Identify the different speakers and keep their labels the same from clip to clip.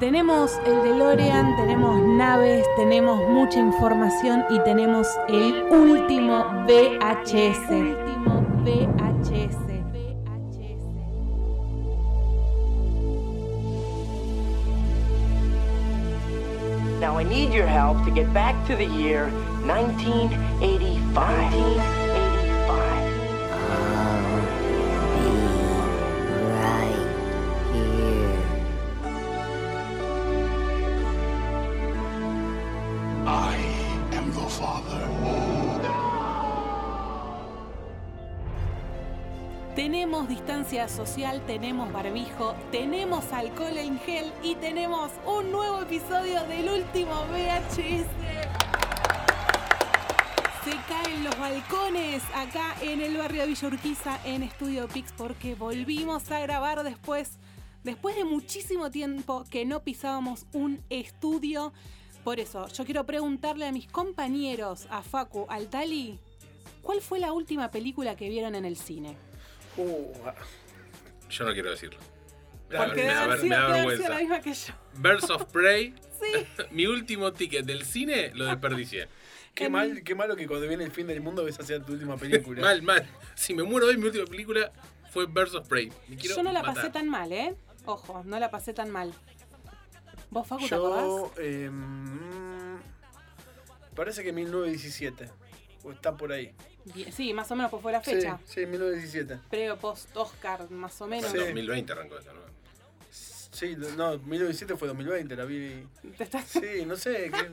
Speaker 1: Tenemos el DeLorean, tenemos naves, tenemos mucha información y tenemos el último VHS. El último VHS.
Speaker 2: Now I need your help to get back to the year 1985. 1985.
Speaker 3: I am the father.
Speaker 1: Tenemos distancia social, tenemos barbijo, tenemos alcohol en gel y tenemos un nuevo episodio del último VHS. Se caen los balcones acá en el barrio de Villa Urquiza en Estudio Pix porque volvimos a grabar después, después de muchísimo tiempo que no pisábamos un estudio. Por eso, yo quiero preguntarle a mis compañeros, a Facu, al Tali, ¿cuál fue la última película que vieron en el cine?
Speaker 4: Yo no quiero decirlo. Me da,
Speaker 1: Porque
Speaker 4: me
Speaker 1: debe
Speaker 4: da-
Speaker 1: haber
Speaker 4: me
Speaker 1: sido,
Speaker 4: da
Speaker 1: debe haber sido la
Speaker 4: vergüenza.
Speaker 1: misma que yo.
Speaker 4: Birds of Prey,
Speaker 1: Sí.
Speaker 4: mi último ticket del cine lo desperdicié.
Speaker 5: Qué,
Speaker 1: En-
Speaker 5: mal, qué malo que cuando viene el fin del mundo ves hacia tu última película.
Speaker 4: Mal, mal. Si me muero hoy, mi última película fue Birds of Prey. Me quiero
Speaker 1: Yo no la
Speaker 4: matar.
Speaker 1: pasé tan mal, ¿eh? Ojo, no la pasé tan mal. ¿Vos, Facu, te acordás?
Speaker 5: Yo. eh, mm, parece que 1917. O está por ahí.
Speaker 1: Bien, Sí, más o menos, pues fue la fecha.
Speaker 5: Sí, sí, 1917.
Speaker 1: Pre post Oscar, más o menos.
Speaker 4: Fue en
Speaker 5: Sí.
Speaker 4: 2020 arrancó esta, ¿no?
Speaker 5: Sí, lo- no, 1917 fue 2020, la vi.
Speaker 1: Te estás-
Speaker 5: Sí, no sé. qué-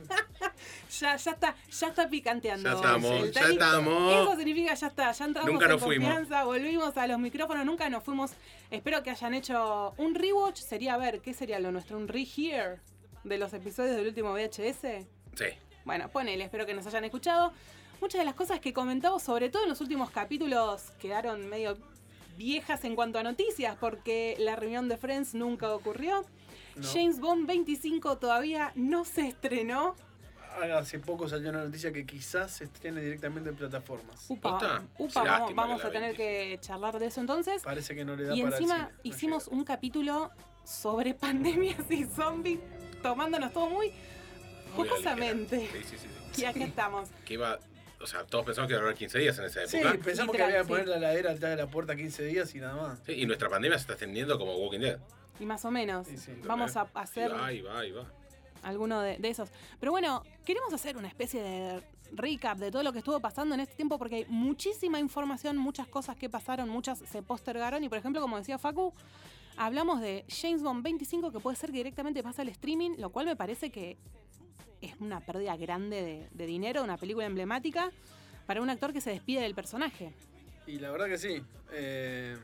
Speaker 1: ya, ya está, ya está picanteando.
Speaker 4: Ya estamos,
Speaker 1: el
Speaker 4: ya
Speaker 1: Tali.
Speaker 4: estamos.
Speaker 1: Eso significa ya está, ya entramos
Speaker 4: Nunca
Speaker 1: en
Speaker 4: nos fuimos.
Speaker 1: confianza, volvimos a los micrófonos, nunca nos fuimos. Espero que hayan hecho un rewatch. Sería a ver, ¿qué sería lo nuestro? ¿Un rehear de los episodios del último VHS?
Speaker 4: Sí.
Speaker 1: Bueno, ponele, espero que nos hayan escuchado. Muchas de las cosas que comentamos, sobre todo en los últimos capítulos, quedaron medio viejas en cuanto a noticias, porque la reunión de Friends nunca ocurrió.
Speaker 5: No.
Speaker 1: James Bond 25 todavía no se estrenó.
Speaker 5: Ah, Hace poco salió una noticia que quizás se estrene directamente en plataformas.
Speaker 1: Upa,
Speaker 4: ¿Posta?
Speaker 1: upa, vamos,
Speaker 4: Sí, lástima que
Speaker 1: vamos
Speaker 4: la
Speaker 1: a tener
Speaker 4: 25.
Speaker 1: que charlar de eso entonces.
Speaker 5: Parece que no le da
Speaker 1: Y
Speaker 5: para el
Speaker 1: encima
Speaker 5: cine, no
Speaker 1: hicimos
Speaker 5: llega.
Speaker 1: un capítulo sobre pandemias y zombies, tomándonos todo muy
Speaker 4: Muy a la
Speaker 1: jocosamente.
Speaker 4: ligera. Sí, sí, sí.
Speaker 1: Y aquí estamos.
Speaker 4: Que iba. O sea, todos pensamos que iba a durar 15 días en esa
Speaker 5: Sí,
Speaker 4: época.
Speaker 5: pensamos que
Speaker 1: Literal,
Speaker 5: había que
Speaker 1: sí.
Speaker 5: poner la ladera atrás de la puerta 15 días y nada más.
Speaker 4: Sí, y nuestra pandemia se está extendiendo como Walking Dead.
Speaker 1: Y más o menos.
Speaker 5: Sí, sí.
Speaker 1: Vamos a hacer
Speaker 4: Ahí va, ahí va, ahí va.
Speaker 1: alguno de, de esos. Pero bueno, queremos hacer una especie de recap de todo lo que estuvo pasando en este tiempo porque hay muchísima información, muchas cosas que pasaron, muchas se postergaron y por ejemplo, como decía Facu, hablamos de James Bond 25 que puede ser que directamente pasa al streaming, lo cual me parece que es una pérdida grande de, de dinero, una película emblemática para un actor que se despide del personaje.
Speaker 5: Y la verdad que sí. eh,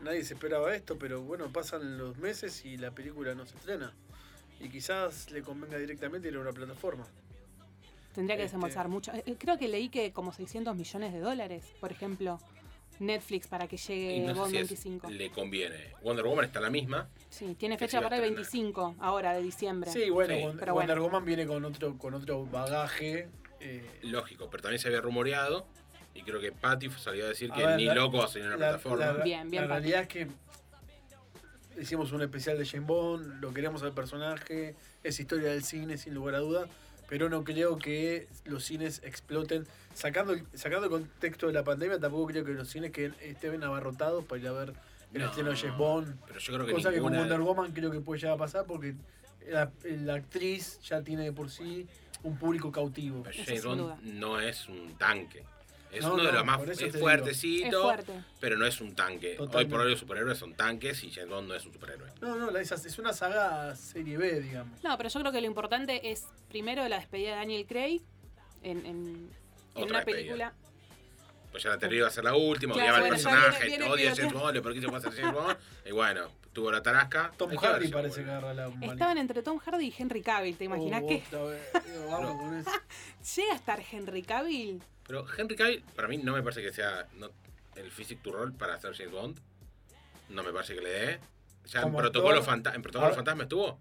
Speaker 5: nadie se esperaba esto, pero bueno, pasan los meses y la película no se estrena. Y quizás le convenga directamente ir a una plataforma.
Speaker 1: Tendría que
Speaker 5: Este.
Speaker 1: desembolsar mucho. Eh, eh, Creo que leí que como 600 millones de dólares, por ejemplo, Netflix para que llegue
Speaker 4: Y no
Speaker 1: Bond
Speaker 4: sé si es-
Speaker 1: 25.
Speaker 4: le conviene. Wonder Woman está la misma.
Speaker 1: Sí, tiene
Speaker 4: que
Speaker 1: fecha
Speaker 4: se va a
Speaker 1: para el
Speaker 4: estrenar.
Speaker 1: 25 ahora de diciembre.
Speaker 5: Sí, bueno,
Speaker 4: Sí.
Speaker 5: Won-
Speaker 1: Pero
Speaker 5: Wonder
Speaker 1: bueno.
Speaker 5: Woman viene con otro, con otro bagaje. eh,
Speaker 4: Lógico, pero también se había rumoreado. Y creo que Patty salió a decir
Speaker 5: A
Speaker 4: que
Speaker 5: ver,
Speaker 4: ni
Speaker 5: la-
Speaker 4: loco va a salir en una plataforma.
Speaker 1: Bien, bien,
Speaker 5: la realidad es que hicimos un especial de James Bond, lo queríamos al personaje, es historia del cine sin lugar a duda, pero no creo que los cines exploten. Sacando el, sacando el contexto de la pandemia, tampoco creo que los cines que estén abarrotados para ir a ver el
Speaker 4: No,
Speaker 5: estreno de James Bond.
Speaker 4: Pero yo creo que
Speaker 5: Cosa que con
Speaker 4: ninguna-
Speaker 5: Wonder Woman creo que puede llegar a pasar porque la, la actriz ya tiene de por sí un público cautivo.
Speaker 4: Pero
Speaker 1: Eso
Speaker 4: James
Speaker 1: sin
Speaker 4: Bond
Speaker 1: duda.
Speaker 4: no es un tanque. Es
Speaker 5: No,
Speaker 4: uno de
Speaker 5: no,
Speaker 4: los más
Speaker 5: por eso
Speaker 4: es
Speaker 5: te
Speaker 1: Es
Speaker 4: fuertecito,
Speaker 1: fuerte.
Speaker 4: pero no es un tanque. Hoy
Speaker 5: Totalmente.
Speaker 4: por hoy los superhéroes son tanques y James Bond no es un superhéroe.
Speaker 5: No, no, la- es, es una saga serie B, digamos.
Speaker 1: No, pero yo creo que lo importante es primero la despedida de Daniel Craig en, en- en
Speaker 4: Otra
Speaker 1: una
Speaker 4: despedida.
Speaker 1: película.
Speaker 4: Pues ya la anterior iba a ser la última,
Speaker 1: Claro,
Speaker 4: odiaba al
Speaker 1: bueno, ya
Speaker 4: personaje,
Speaker 1: viene- viene
Speaker 4: odia a
Speaker 1: piloteando.
Speaker 4: James Bond, ¿por qué se fue a hacer James Bond? Y bueno, tuvo la tarasca.
Speaker 5: Tom
Speaker 4: Hay que ver
Speaker 5: Hardy
Speaker 4: si
Speaker 5: parece que
Speaker 4: vuelve.
Speaker 5: agarra la manija.
Speaker 1: Estaban entre Tom Hardy y Henry Cavill, ¿te imaginas
Speaker 5: Oh,
Speaker 1: que
Speaker 5: otra vez. Digo, vamos con eso.
Speaker 1: llega a estar Henry Cavill?
Speaker 4: Pero Henry Cavill, para mí no me parece que sea no- el physic to role para hacer James Bond. No me parece que le dé. Ya en
Speaker 5: Como
Speaker 4: protocolo,
Speaker 5: actor,
Speaker 4: fanta- en protocolo
Speaker 5: ahora-
Speaker 4: fantasma estuvo.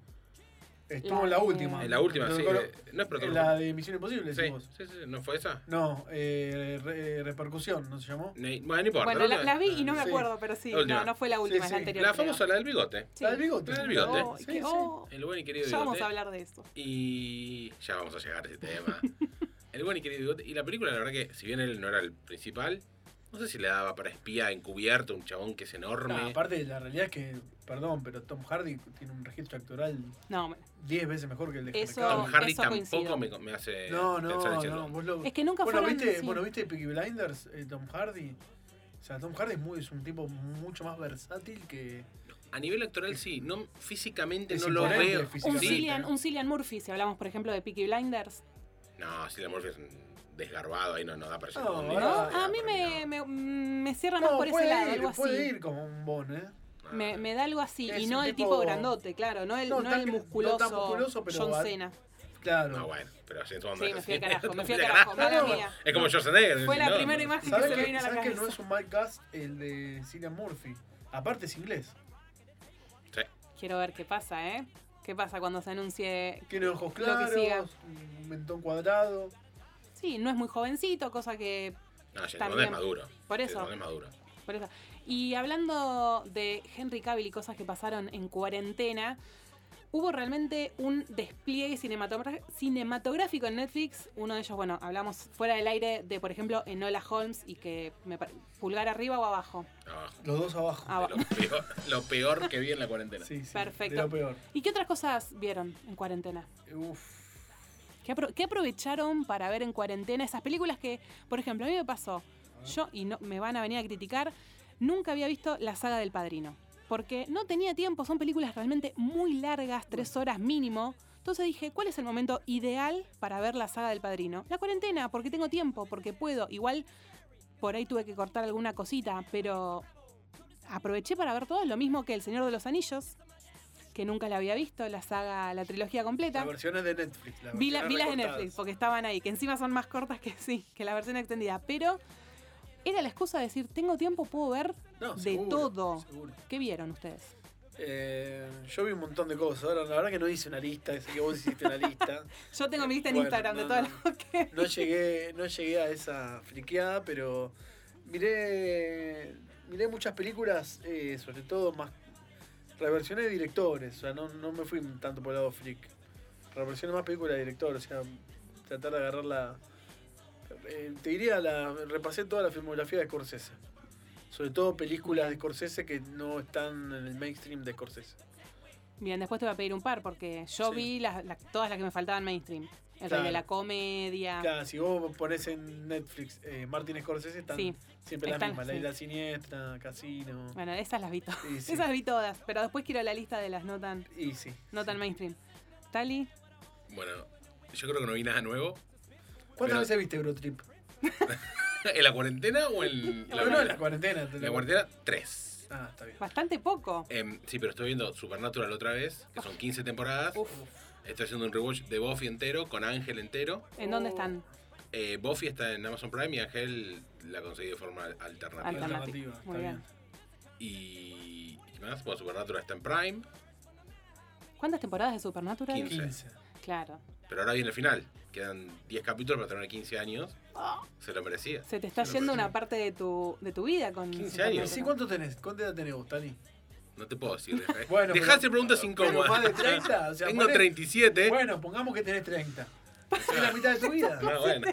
Speaker 5: Estuvo en la
Speaker 1: de-
Speaker 5: última.
Speaker 4: En la última,
Speaker 5: No
Speaker 4: sí.
Speaker 5: recuerdo-
Speaker 4: eh, No es
Speaker 5: en
Speaker 4: protocolo.
Speaker 5: la de Misión Imposible,
Speaker 4: Sí,
Speaker 5: decimos.
Speaker 4: sí, sí, ¿no fue esa?
Speaker 5: No, eh, re- repercusión, ¿no se llamó?
Speaker 4: Ni- Bueno, no importa.
Speaker 1: Bueno,
Speaker 4: ¿no?
Speaker 1: la- las vi y no me
Speaker 5: Sí.
Speaker 1: acuerdo, pero sí,
Speaker 4: La última.
Speaker 1: no, no fue la última, es
Speaker 5: sí. Ah,
Speaker 1: la anterior.
Speaker 4: La
Speaker 1: creo.
Speaker 4: famosa, la del bigote.
Speaker 1: Sí.
Speaker 5: La del bigote.
Speaker 4: La del bigote.
Speaker 1: Oh,
Speaker 5: Sí,
Speaker 1: qué-
Speaker 5: sí.
Speaker 1: oh,
Speaker 4: El buen y querido
Speaker 1: ya vamos
Speaker 4: bigote.
Speaker 1: a hablar de esto.
Speaker 4: Y ya vamos a llegar a ese tema. el buen y querido bigote. Y la película, la verdad que, si bien él no era el principal, no sé si le daba para espía encubierto un chabón que es
Speaker 5: No,
Speaker 4: enorme.
Speaker 5: aparte, la realidad es que, perdón, pero Tom Hardy tiene un registro actoral
Speaker 1: No, me-
Speaker 5: 10 veces mejor que el de
Speaker 1: Eso-
Speaker 4: Tom
Speaker 5: Harry.
Speaker 4: Hardy eh,
Speaker 1: eso
Speaker 4: tampoco
Speaker 1: coincido.
Speaker 4: me, me hace
Speaker 5: No,
Speaker 4: pensar en
Speaker 5: no,
Speaker 4: serlo.
Speaker 5: no. Vos lo...
Speaker 1: es que nunca
Speaker 5: bueno,
Speaker 1: fueron...
Speaker 5: ¿viste,
Speaker 1: sí.
Speaker 5: bueno, ¿viste Peaky Blinders? eh, Tom Hardy. O sea, Tom Hardy es, muy, es un tipo mucho más versátil que.
Speaker 4: A nivel actoral sí, no físicamente
Speaker 5: Es
Speaker 4: no lo
Speaker 5: imponente
Speaker 4: veo.
Speaker 1: un,
Speaker 5: físicamente.
Speaker 4: Sí.
Speaker 1: Cillian, un Cillian Murphy, si hablamos, por ejemplo, de Peaky Blinders.
Speaker 4: No, Cillian Murphy es un desgarbado, ahí no, no da para ser
Speaker 5: No,
Speaker 4: Bond,
Speaker 5: Oh, ¿no?
Speaker 4: ni nada,
Speaker 1: a mí
Speaker 4: para
Speaker 1: me,
Speaker 4: no.
Speaker 1: me, me cierra más por ese
Speaker 5: puede
Speaker 1: lado,
Speaker 5: ir,
Speaker 1: algo así.
Speaker 5: puede ir como un bon, ¿eh?
Speaker 4: No,
Speaker 1: Me,
Speaker 4: no.
Speaker 1: me da algo así,
Speaker 5: Es
Speaker 1: y no
Speaker 5: un
Speaker 1: el
Speaker 5: tipo-
Speaker 1: tipo, grandote, claro, no el,
Speaker 5: No,
Speaker 1: no,
Speaker 5: tan-
Speaker 1: el
Speaker 5: no tan
Speaker 1: musculoso,
Speaker 5: musculoso, pero va-
Speaker 1: John Cena.
Speaker 5: Claro.
Speaker 4: No, bueno, pero si en su
Speaker 1: Sí, me fui al
Speaker 4: así.
Speaker 1: carajo, me fui al
Speaker 4: Mira,
Speaker 1: carajo, mala
Speaker 5: No,
Speaker 1: mía.
Speaker 4: Es como Schwarzenegger.
Speaker 1: Fue la
Speaker 4: no,
Speaker 1: primera
Speaker 4: no.
Speaker 1: imagen que
Speaker 5: ¿Sabes
Speaker 1: se me
Speaker 5: que,
Speaker 1: vino a la
Speaker 5: sabés que
Speaker 1: cabeza.
Speaker 5: no es un Mike Gas el de Cillian Murphy? Aparte es inglés.
Speaker 4: Sí.
Speaker 1: Quiero ver qué pasa, ¿eh? ¿Qué pasa cuando se anuncie?
Speaker 5: Tiene ojos
Speaker 1: Lo que siga.
Speaker 5: claros, un mentón cuadrado.
Speaker 1: Sí, no es muy jovencito, cosa que...
Speaker 4: No, James Bond es
Speaker 1: También.
Speaker 4: maduro.
Speaker 1: Por
Speaker 4: James
Speaker 1: eso.
Speaker 4: Bond es maduro.
Speaker 1: Por eso. Y hablando de Henry Cavill y cosas que pasaron en cuarentena, hubo realmente un despliegue cinematogra- cinematográfico en Netflix. Uno de ellos, bueno, hablamos fuera del aire de, por ejemplo, Enola Holmes y que me par- pulgar arriba o abajo.
Speaker 4: No,
Speaker 5: Los dos abajo.
Speaker 1: Ah,
Speaker 4: lo, peor, lo peor que vi en la cuarentena.
Speaker 5: Sí, sí,
Speaker 1: Perfecto.
Speaker 5: de lo peor.
Speaker 1: ¿Y qué otras cosas vieron en cuarentena?
Speaker 5: Uf.
Speaker 1: ¿Qué, apro- qué aprovecharon para ver en cuarentena esas películas que, por ejemplo, a mí me pasó, yo, y no, me van a venir a criticar, nunca había visto la saga del padrino. Porque no tenía tiempo, son películas realmente muy largas, tres horas mínimo. Entonces dije, ¿cuál es el momento ideal para ver la saga del padrino? La cuarentena, porque tengo tiempo, porque puedo. Igual por ahí tuve que cortar alguna cosita, pero aproveché para ver todo. Lo mismo que El Señor de los Anillos, que nunca la había visto, la saga, la trilogía completa.
Speaker 5: Las versiones de Netflix. las
Speaker 1: Vi, la- vi las
Speaker 5: versiones
Speaker 1: de
Speaker 5: recortadas.
Speaker 1: Netflix, porque estaban ahí, que encima son más cortas que sí, que la versión extendida. Pero era la excusa de decir, tengo tiempo, puedo ver
Speaker 5: No,
Speaker 1: de
Speaker 5: seguro,
Speaker 1: todo.
Speaker 5: seguro.
Speaker 1: ¿Qué vieron ustedes?
Speaker 5: Eh, yo vi un montón de cosas. Ahora, la verdad que no hice una lista, así que vos hiciste una lista.
Speaker 1: Yo tengo mi lista en
Speaker 5: Bueno,
Speaker 1: Instagram de
Speaker 5: no,
Speaker 1: todo
Speaker 5: no.
Speaker 1: lo que.
Speaker 5: No llegué, no llegué a esa friqueada, pero miré, miré muchas películas, eh, sobre todo más reversiones de directores. O sea, no, no me fui tanto por el lado freak. Reversiones más películas de director, o sea, tratar de agarrar la. eh, te diría, la, repasé toda la filmografía de Scorsese. Sobre todo películas de Scorsese que no están en el mainstream de Scorsese.
Speaker 1: Bien, después te voy a pedir un par, porque yo
Speaker 5: Sí.
Speaker 1: vi las, las- todas las que me faltaban mainstream. El
Speaker 5: Claro.
Speaker 1: rey de la comedia.
Speaker 5: Claro, si vos pones en Netflix eh, Martin Scorsese, están
Speaker 1: Sí.
Speaker 5: siempre las
Speaker 1: Están,
Speaker 5: mismas. La
Speaker 1: sí.
Speaker 5: isla siniestra, Casino.
Speaker 1: Bueno, esas las vi todas.
Speaker 5: Y sí.
Speaker 1: Esas las vi todas, pero después quiero la lista de las no tan,
Speaker 5: Y sí.
Speaker 1: no tan
Speaker 5: sí.
Speaker 1: mainstream. Tali,
Speaker 4: Bueno, yo creo que no vi nada nuevo.
Speaker 5: ¿Cuántas
Speaker 4: Pero-
Speaker 5: veces viste Eurotrip?
Speaker 4: ¿En la cuarentena o en
Speaker 5: No, no, en la cuarentena. te
Speaker 4: En
Speaker 5: lo-
Speaker 4: la cuarentena, tres.
Speaker 5: Ah, está bien.
Speaker 1: bastante poco.
Speaker 4: Em, sí, pero estoy viendo Supernatural otra vez, que son 15 temporadas.
Speaker 1: Uf.
Speaker 4: Estoy haciendo un rewatch de Buffy entero, con Ángel entero.
Speaker 1: ¿En
Speaker 5: Oh.
Speaker 1: dónde están?
Speaker 4: Eh, Buffy está en Amazon Prime y Ángel la conseguí de forma alternativa.
Speaker 1: Alternativa.
Speaker 5: está
Speaker 1: Muy bien.
Speaker 4: Y. ¿Qué más? Bueno, Supernatural está en Prime,
Speaker 1: ¿Cuántas temporadas de Supernatural?
Speaker 4: 15.
Speaker 5: 15.
Speaker 1: Claro.
Speaker 4: pero ahora viene el final. Quedan 10 capítulos para tener 15 años.
Speaker 5: Ah.
Speaker 4: Se lo merecía.
Speaker 1: Se te está
Speaker 4: Se lo
Speaker 1: yendo
Speaker 4: merecía.
Speaker 1: una parte de tu, de tu vida con
Speaker 4: 15
Speaker 1: Supernatural.
Speaker 4: años.
Speaker 5: Sí, ¿cuánto tenés? ¿Cuánta edad tenés vos, Tani?
Speaker 4: No te puedo decir. Dejá
Speaker 5: Bueno,
Speaker 4: dejá
Speaker 5: pero-
Speaker 4: hacer preguntas
Speaker 5: Bueno,
Speaker 4: incómodas.
Speaker 5: más de 30, o sea,
Speaker 4: Tengo
Speaker 5: ponés-
Speaker 4: 37.
Speaker 5: Bueno, pongamos que tenés 30. Es la mitad de tu vida.
Speaker 4: No, bueno.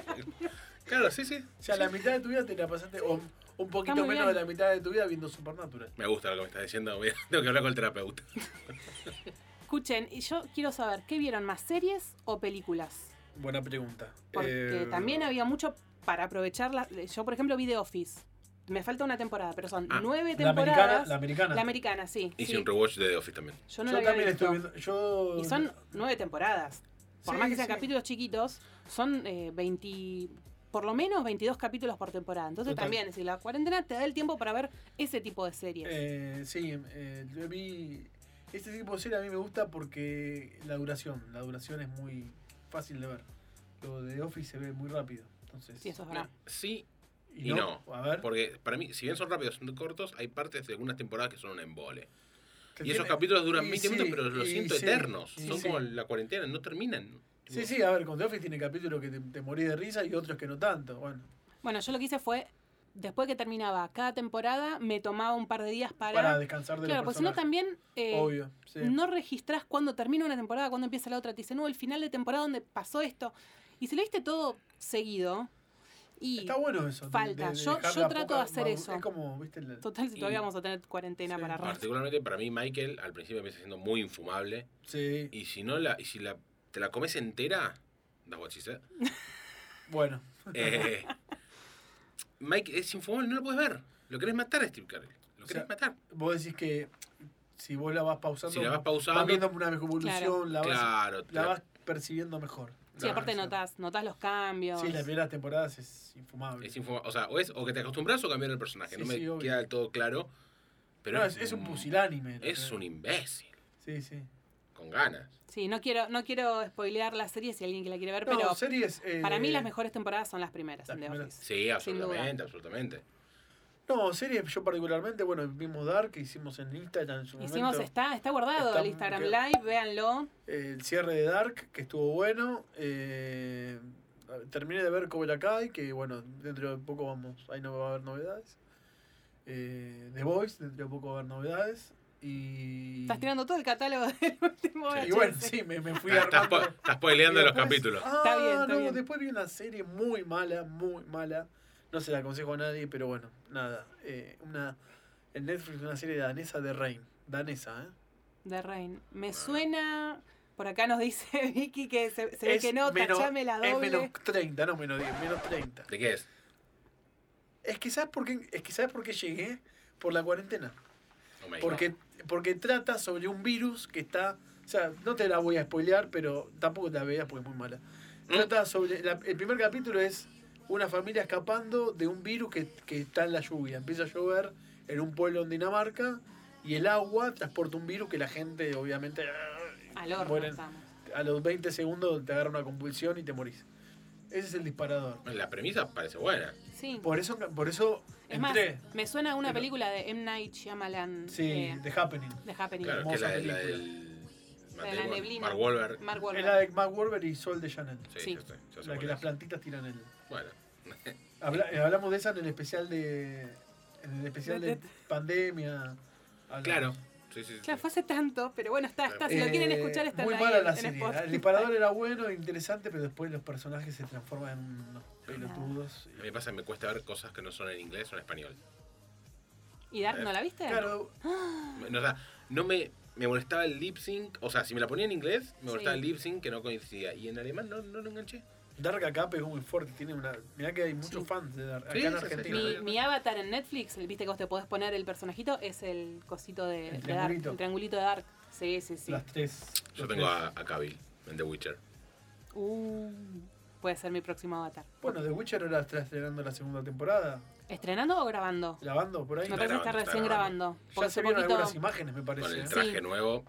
Speaker 4: Claro, sí, sí.
Speaker 5: O sea, la mitad de tu vida te la pasaste, o un poquito
Speaker 1: muy
Speaker 5: menos
Speaker 1: bien.
Speaker 5: de la mitad de tu vida viendo Supernatural.
Speaker 4: Me gusta lo que me estás diciendo. voy a- Tengo que hablar con el terapeuta.
Speaker 1: Escuchen, y yo quiero saber, ¿qué vieron más series o películas?
Speaker 5: Buena pregunta.
Speaker 1: Porque
Speaker 5: Eh,
Speaker 1: también había mucho para aprovechar. la- yo, por ejemplo, vi The Office. Me falta una temporada, pero son
Speaker 4: Ah,
Speaker 1: nueve
Speaker 5: La americana,
Speaker 1: temporadas.
Speaker 5: la americana.
Speaker 1: La americana, sí.
Speaker 4: Hice
Speaker 1: sí.
Speaker 4: un rewatch de The Office también.
Speaker 1: Yo no la había
Speaker 5: yo también
Speaker 1: visto.
Speaker 5: estoy viendo. Yo...
Speaker 1: Y son nueve temporadas. Por
Speaker 5: Sí,
Speaker 1: más que sean
Speaker 5: sí.
Speaker 1: capítulos chiquitos, son eh, 20, por lo menos 22 capítulos por temporada. Entonces
Speaker 5: Total.
Speaker 1: también, si la cuarentena te da el tiempo para ver ese tipo de series.
Speaker 5: Eh, sí, eh, yo vi- Este tipo de serie a mí me gusta porque la duración. La duración es muy fácil de ver. Lo de Office se ve muy rápido. Entonces, Eh,
Speaker 1: sí, eso es verdad.
Speaker 4: Sí,
Speaker 5: y,
Speaker 4: y
Speaker 5: no,
Speaker 4: no,
Speaker 5: A ver.
Speaker 4: porque para mí, si bien son rápidos, son cortos, hay partes de algunas temporadas que son un embole.
Speaker 5: Te
Speaker 4: Y esos
Speaker 5: tiene-
Speaker 4: capítulos duran
Speaker 5: y
Speaker 4: 20 minutos,
Speaker 5: sí,
Speaker 4: pero los
Speaker 5: y
Speaker 4: siento
Speaker 5: sí,
Speaker 4: eternos.
Speaker 5: y
Speaker 4: Son
Speaker 5: sí.
Speaker 4: como la cuarentena, no terminan.
Speaker 5: Sí,
Speaker 4: Tipo,
Speaker 5: sí, a ver, con The Office tiene capítulos que te, te morís de risa y otros que no tanto. Bueno,
Speaker 1: Bueno, yo lo que hice fue, después que terminaba cada temporada, me tomaba un par de días para...
Speaker 5: para descansar de
Speaker 1: claro,
Speaker 5: los
Speaker 1: porque si no
Speaker 5: personajes.
Speaker 1: también eh,
Speaker 5: Obvio, sí.
Speaker 1: no registrás cuándo termina una temporada, cuándo empieza la otra. Te dicen, no, el final de temporada donde pasó esto. Y si lo viste todo seguido, y
Speaker 5: Está bueno eso. de-
Speaker 1: falta.
Speaker 5: de- de
Speaker 1: Yo-
Speaker 5: dejar
Speaker 1: yo
Speaker 5: la
Speaker 1: trato
Speaker 5: poca
Speaker 1: de hacer
Speaker 5: magu-
Speaker 1: eso.
Speaker 5: Es como, viste, la-
Speaker 1: total, si
Speaker 4: Y-
Speaker 1: todavía vamos a tener cuarentena
Speaker 5: Sí.
Speaker 1: para rato.
Speaker 4: Particularmente para mí, Michael, al principio empieza siendo muy infumable.
Speaker 5: Sí,
Speaker 4: Y si no la, y si la, te la comes entera, das guachisa.
Speaker 5: bueno.
Speaker 4: Eh, Mike es infumable, no lo puedes ver. Lo querés matar a Steve Carell. Lo querés
Speaker 5: O sea,
Speaker 4: matar.
Speaker 5: Vos decís que si vos la vas pausando,
Speaker 4: Si la vas pausando-
Speaker 5: viendo una evolución,
Speaker 1: Claro.
Speaker 5: la, vas,
Speaker 4: claro.
Speaker 5: la
Speaker 4: te-
Speaker 5: vas percibiendo mejor.
Speaker 1: Sí, aparte
Speaker 5: no
Speaker 1: notás, notás los cambios.
Speaker 5: Sí, las primeras temporadas es infumable.
Speaker 4: es infumable. O sea, o, es, o que te acostumbras o cambiar el personaje.
Speaker 5: Sí,
Speaker 4: no me
Speaker 5: sí, obvio.
Speaker 4: queda del todo claro. Pero mm,
Speaker 5: No, es, es un pusilánime. la
Speaker 4: Es
Speaker 5: verdad.
Speaker 4: un imbécil.
Speaker 5: Sí, sí.
Speaker 4: Con ganas.
Speaker 1: Sí, no quiero, no quiero spoilear la serie si alguien que la quiere ver,
Speaker 5: No,
Speaker 1: pero
Speaker 5: series. eh,
Speaker 1: para mí las mejores temporadas son las primeras
Speaker 5: las
Speaker 1: en The
Speaker 5: primeras.
Speaker 1: Office.
Speaker 4: Sí,
Speaker 1: duda.
Speaker 4: absolutamente, absolutamente.
Speaker 5: No, series yo particularmente, bueno, vimos Dark, que hicimos en Instagram en su
Speaker 1: Hicimos,
Speaker 5: momento.
Speaker 1: está, está guardado
Speaker 5: Está-
Speaker 1: el Instagram
Speaker 5: que-
Speaker 1: Live, véanlo.
Speaker 5: El cierre de Dark, que estuvo bueno. eh, terminé de ver Cobra Kai, que bueno, dentro de poco vamos, ahí no va a haber novedades. Eh, The Voice, dentro de poco va a haber novedades. Y.
Speaker 1: Estás tirando todo el catálogo del último
Speaker 4: Sí.
Speaker 5: Y
Speaker 1: VHS.
Speaker 5: bueno, Mm. sí, me, me fui
Speaker 4: Estás, Ah, estás
Speaker 5: armando.
Speaker 4: po- estás spoileando
Speaker 5: Y
Speaker 4: los
Speaker 5: después-
Speaker 4: capítulos.
Speaker 5: Ah,
Speaker 1: Está bien, está
Speaker 5: no,
Speaker 1: bien.
Speaker 5: después vi una serie muy mala, muy mala. No se la aconsejo a nadie, pero bueno, nada. Eh, una, en Netflix una serie danesa de Rain. Danesa, ¿eh?
Speaker 1: De Rain. Me
Speaker 5: Ah.
Speaker 1: suena. Por acá nos dice Vicky que se, se ve que no,
Speaker 5: menos-
Speaker 1: tachame la
Speaker 5: Es
Speaker 1: doble.
Speaker 5: menos 30, no menos 10, menos 30.
Speaker 4: ¿De qué es?
Speaker 5: Es que ¿sabes por qué, es que ¿sabes por qué llegué? Por la cuarentena.
Speaker 4: Oh my God.
Speaker 5: Porque, porque trata sobre un virus que está. O sea, no te la voy a spoilear, pero tampoco te la veas porque es muy mala. Trata sobre. la- el primer capítulo es una familia escapando de un virus que, que está en la lluvia. Empieza a llover en un pueblo en Dinamarca y el agua transporta un virus que la gente, obviamente.
Speaker 1: Al horno
Speaker 5: mueren.
Speaker 1: estamos.
Speaker 5: A los 20 segundos te agarra una convulsión y te morís. Ese es el disparador.
Speaker 4: La premisa parece buena.
Speaker 1: Sí.
Speaker 5: Por eso, por eso
Speaker 1: es más,
Speaker 5: entré.
Speaker 1: me suena a una
Speaker 5: Pero-
Speaker 1: película de M. Night Shyamalan.
Speaker 5: Sí,
Speaker 1: eh,
Speaker 5: The Happening.
Speaker 1: de Happening.
Speaker 4: Claro, que es
Speaker 5: Hermosa
Speaker 4: la, de- la
Speaker 5: película.
Speaker 4: del.
Speaker 1: La de la
Speaker 4: Matt Damon,
Speaker 1: neblina.
Speaker 4: Mark Wahlberg.
Speaker 1: Mark
Speaker 5: Es
Speaker 1: Wahlberg.
Speaker 5: la de Mark Wahlberg y Sol de Chanel.
Speaker 4: Sí,
Speaker 1: Sí.
Speaker 4: ya sé, ya sé
Speaker 5: La
Speaker 4: cuál
Speaker 5: que
Speaker 4: es.
Speaker 5: las plantitas tiran el.
Speaker 4: Bueno,
Speaker 5: Habla- eh, hablamos de esa en el especial de. En el especial de pandemia. Hablamos.
Speaker 4: claro. Sí, sí, sí.
Speaker 1: Claro, fue hace tanto, pero bueno, está, está. Ah, Si lo
Speaker 5: Eh,
Speaker 1: quieren escuchar, está
Speaker 5: Muy
Speaker 1: ahí
Speaker 5: mala
Speaker 1: en-
Speaker 5: la
Speaker 1: en
Speaker 5: serie. ¿eh?
Speaker 1: Spotify.
Speaker 5: El disparador era bueno e interesante, pero después los personajes se transforman en unos pelotudos.
Speaker 4: A mí me pasa que me cuesta ver cosas que no son en inglés o en español.
Speaker 1: ¿Y Dark no la viste?
Speaker 5: Claro,
Speaker 4: No, o sea, no me, me molestaba el lip sync. O sea, si me la ponía en inglés, me molestaba
Speaker 1: Sí.
Speaker 4: el lip sync que no coincidía. Y en alemán no, no lo enganché.
Speaker 5: Dark acá pegó muy fuerte. Tiene una. Mirá que hay muchos
Speaker 1: Sí.
Speaker 5: fans de Dark. Acá
Speaker 4: Sí,
Speaker 5: en
Speaker 4: sí, sí,
Speaker 5: Argentina. ¿eh?
Speaker 1: Mi, mi avatar en Netflix, el- viste que vos te podés poner el personajito, es el cosito de, de
Speaker 5: El
Speaker 1: Dark,
Speaker 5: triangulito.
Speaker 1: el triangulito de Dark. Sí, sí, sí.
Speaker 5: Las tres.
Speaker 4: Yo
Speaker 5: los
Speaker 4: tengo
Speaker 5: tres.
Speaker 4: a, a Kabil en The Witcher.
Speaker 1: Uh, puede ser mi próximo avatar.
Speaker 5: Bueno, The Witcher ahora está estrenando la segunda temporada.
Speaker 1: ¿Estrenando o grabando?
Speaker 5: Grabando por ahí.
Speaker 1: Me
Speaker 4: Está
Speaker 1: parece que está
Speaker 4: grabando, está
Speaker 1: recién
Speaker 4: grabando.
Speaker 1: grabando. porque
Speaker 5: Ya
Speaker 1: hace
Speaker 5: se vieron
Speaker 1: poquito-
Speaker 5: algunas imágenes, me parece.
Speaker 4: Con el
Speaker 5: ¿eh?
Speaker 4: traje
Speaker 1: Sí.
Speaker 4: nuevo,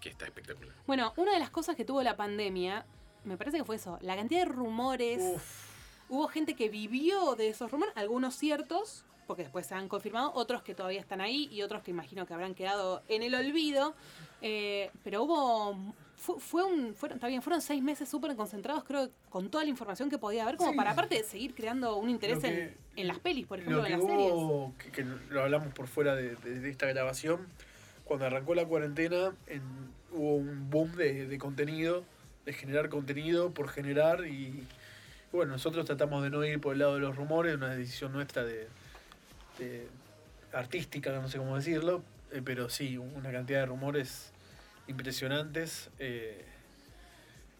Speaker 4: que está espectacular.
Speaker 1: Bueno, una de las cosas que tuvo la pandemia, me parece que fue eso, la cantidad de rumores.
Speaker 5: Uf.
Speaker 1: Hubo gente que vivió de esos rumores, algunos ciertos, porque después se han confirmado, otros que todavía están ahí y otros que imagino que habrán quedado en el olvido. Eh, pero hubo. Fue, fue un, fueron, está bien, fueron seis meses súper concentrados, creo, con toda la información que podía haber, como
Speaker 5: Sí.
Speaker 1: para aparte seguir creando un interés
Speaker 5: Lo que-
Speaker 1: en, en las pelis, por
Speaker 5: Lo
Speaker 1: ejemplo, en
Speaker 5: que
Speaker 1: las series.
Speaker 5: hubo, que, que lo hablamos por fuera de, de- de esta grabación, cuando arrancó la cuarentena en- hubo un boom de, de contenido, de generar contenido por generar y bueno, nosotros tratamos de no ir por el lado de los rumores, una decisión nuestra de, de artística, no sé cómo decirlo, eh, pero sí, una cantidad de rumores impresionantes. eh,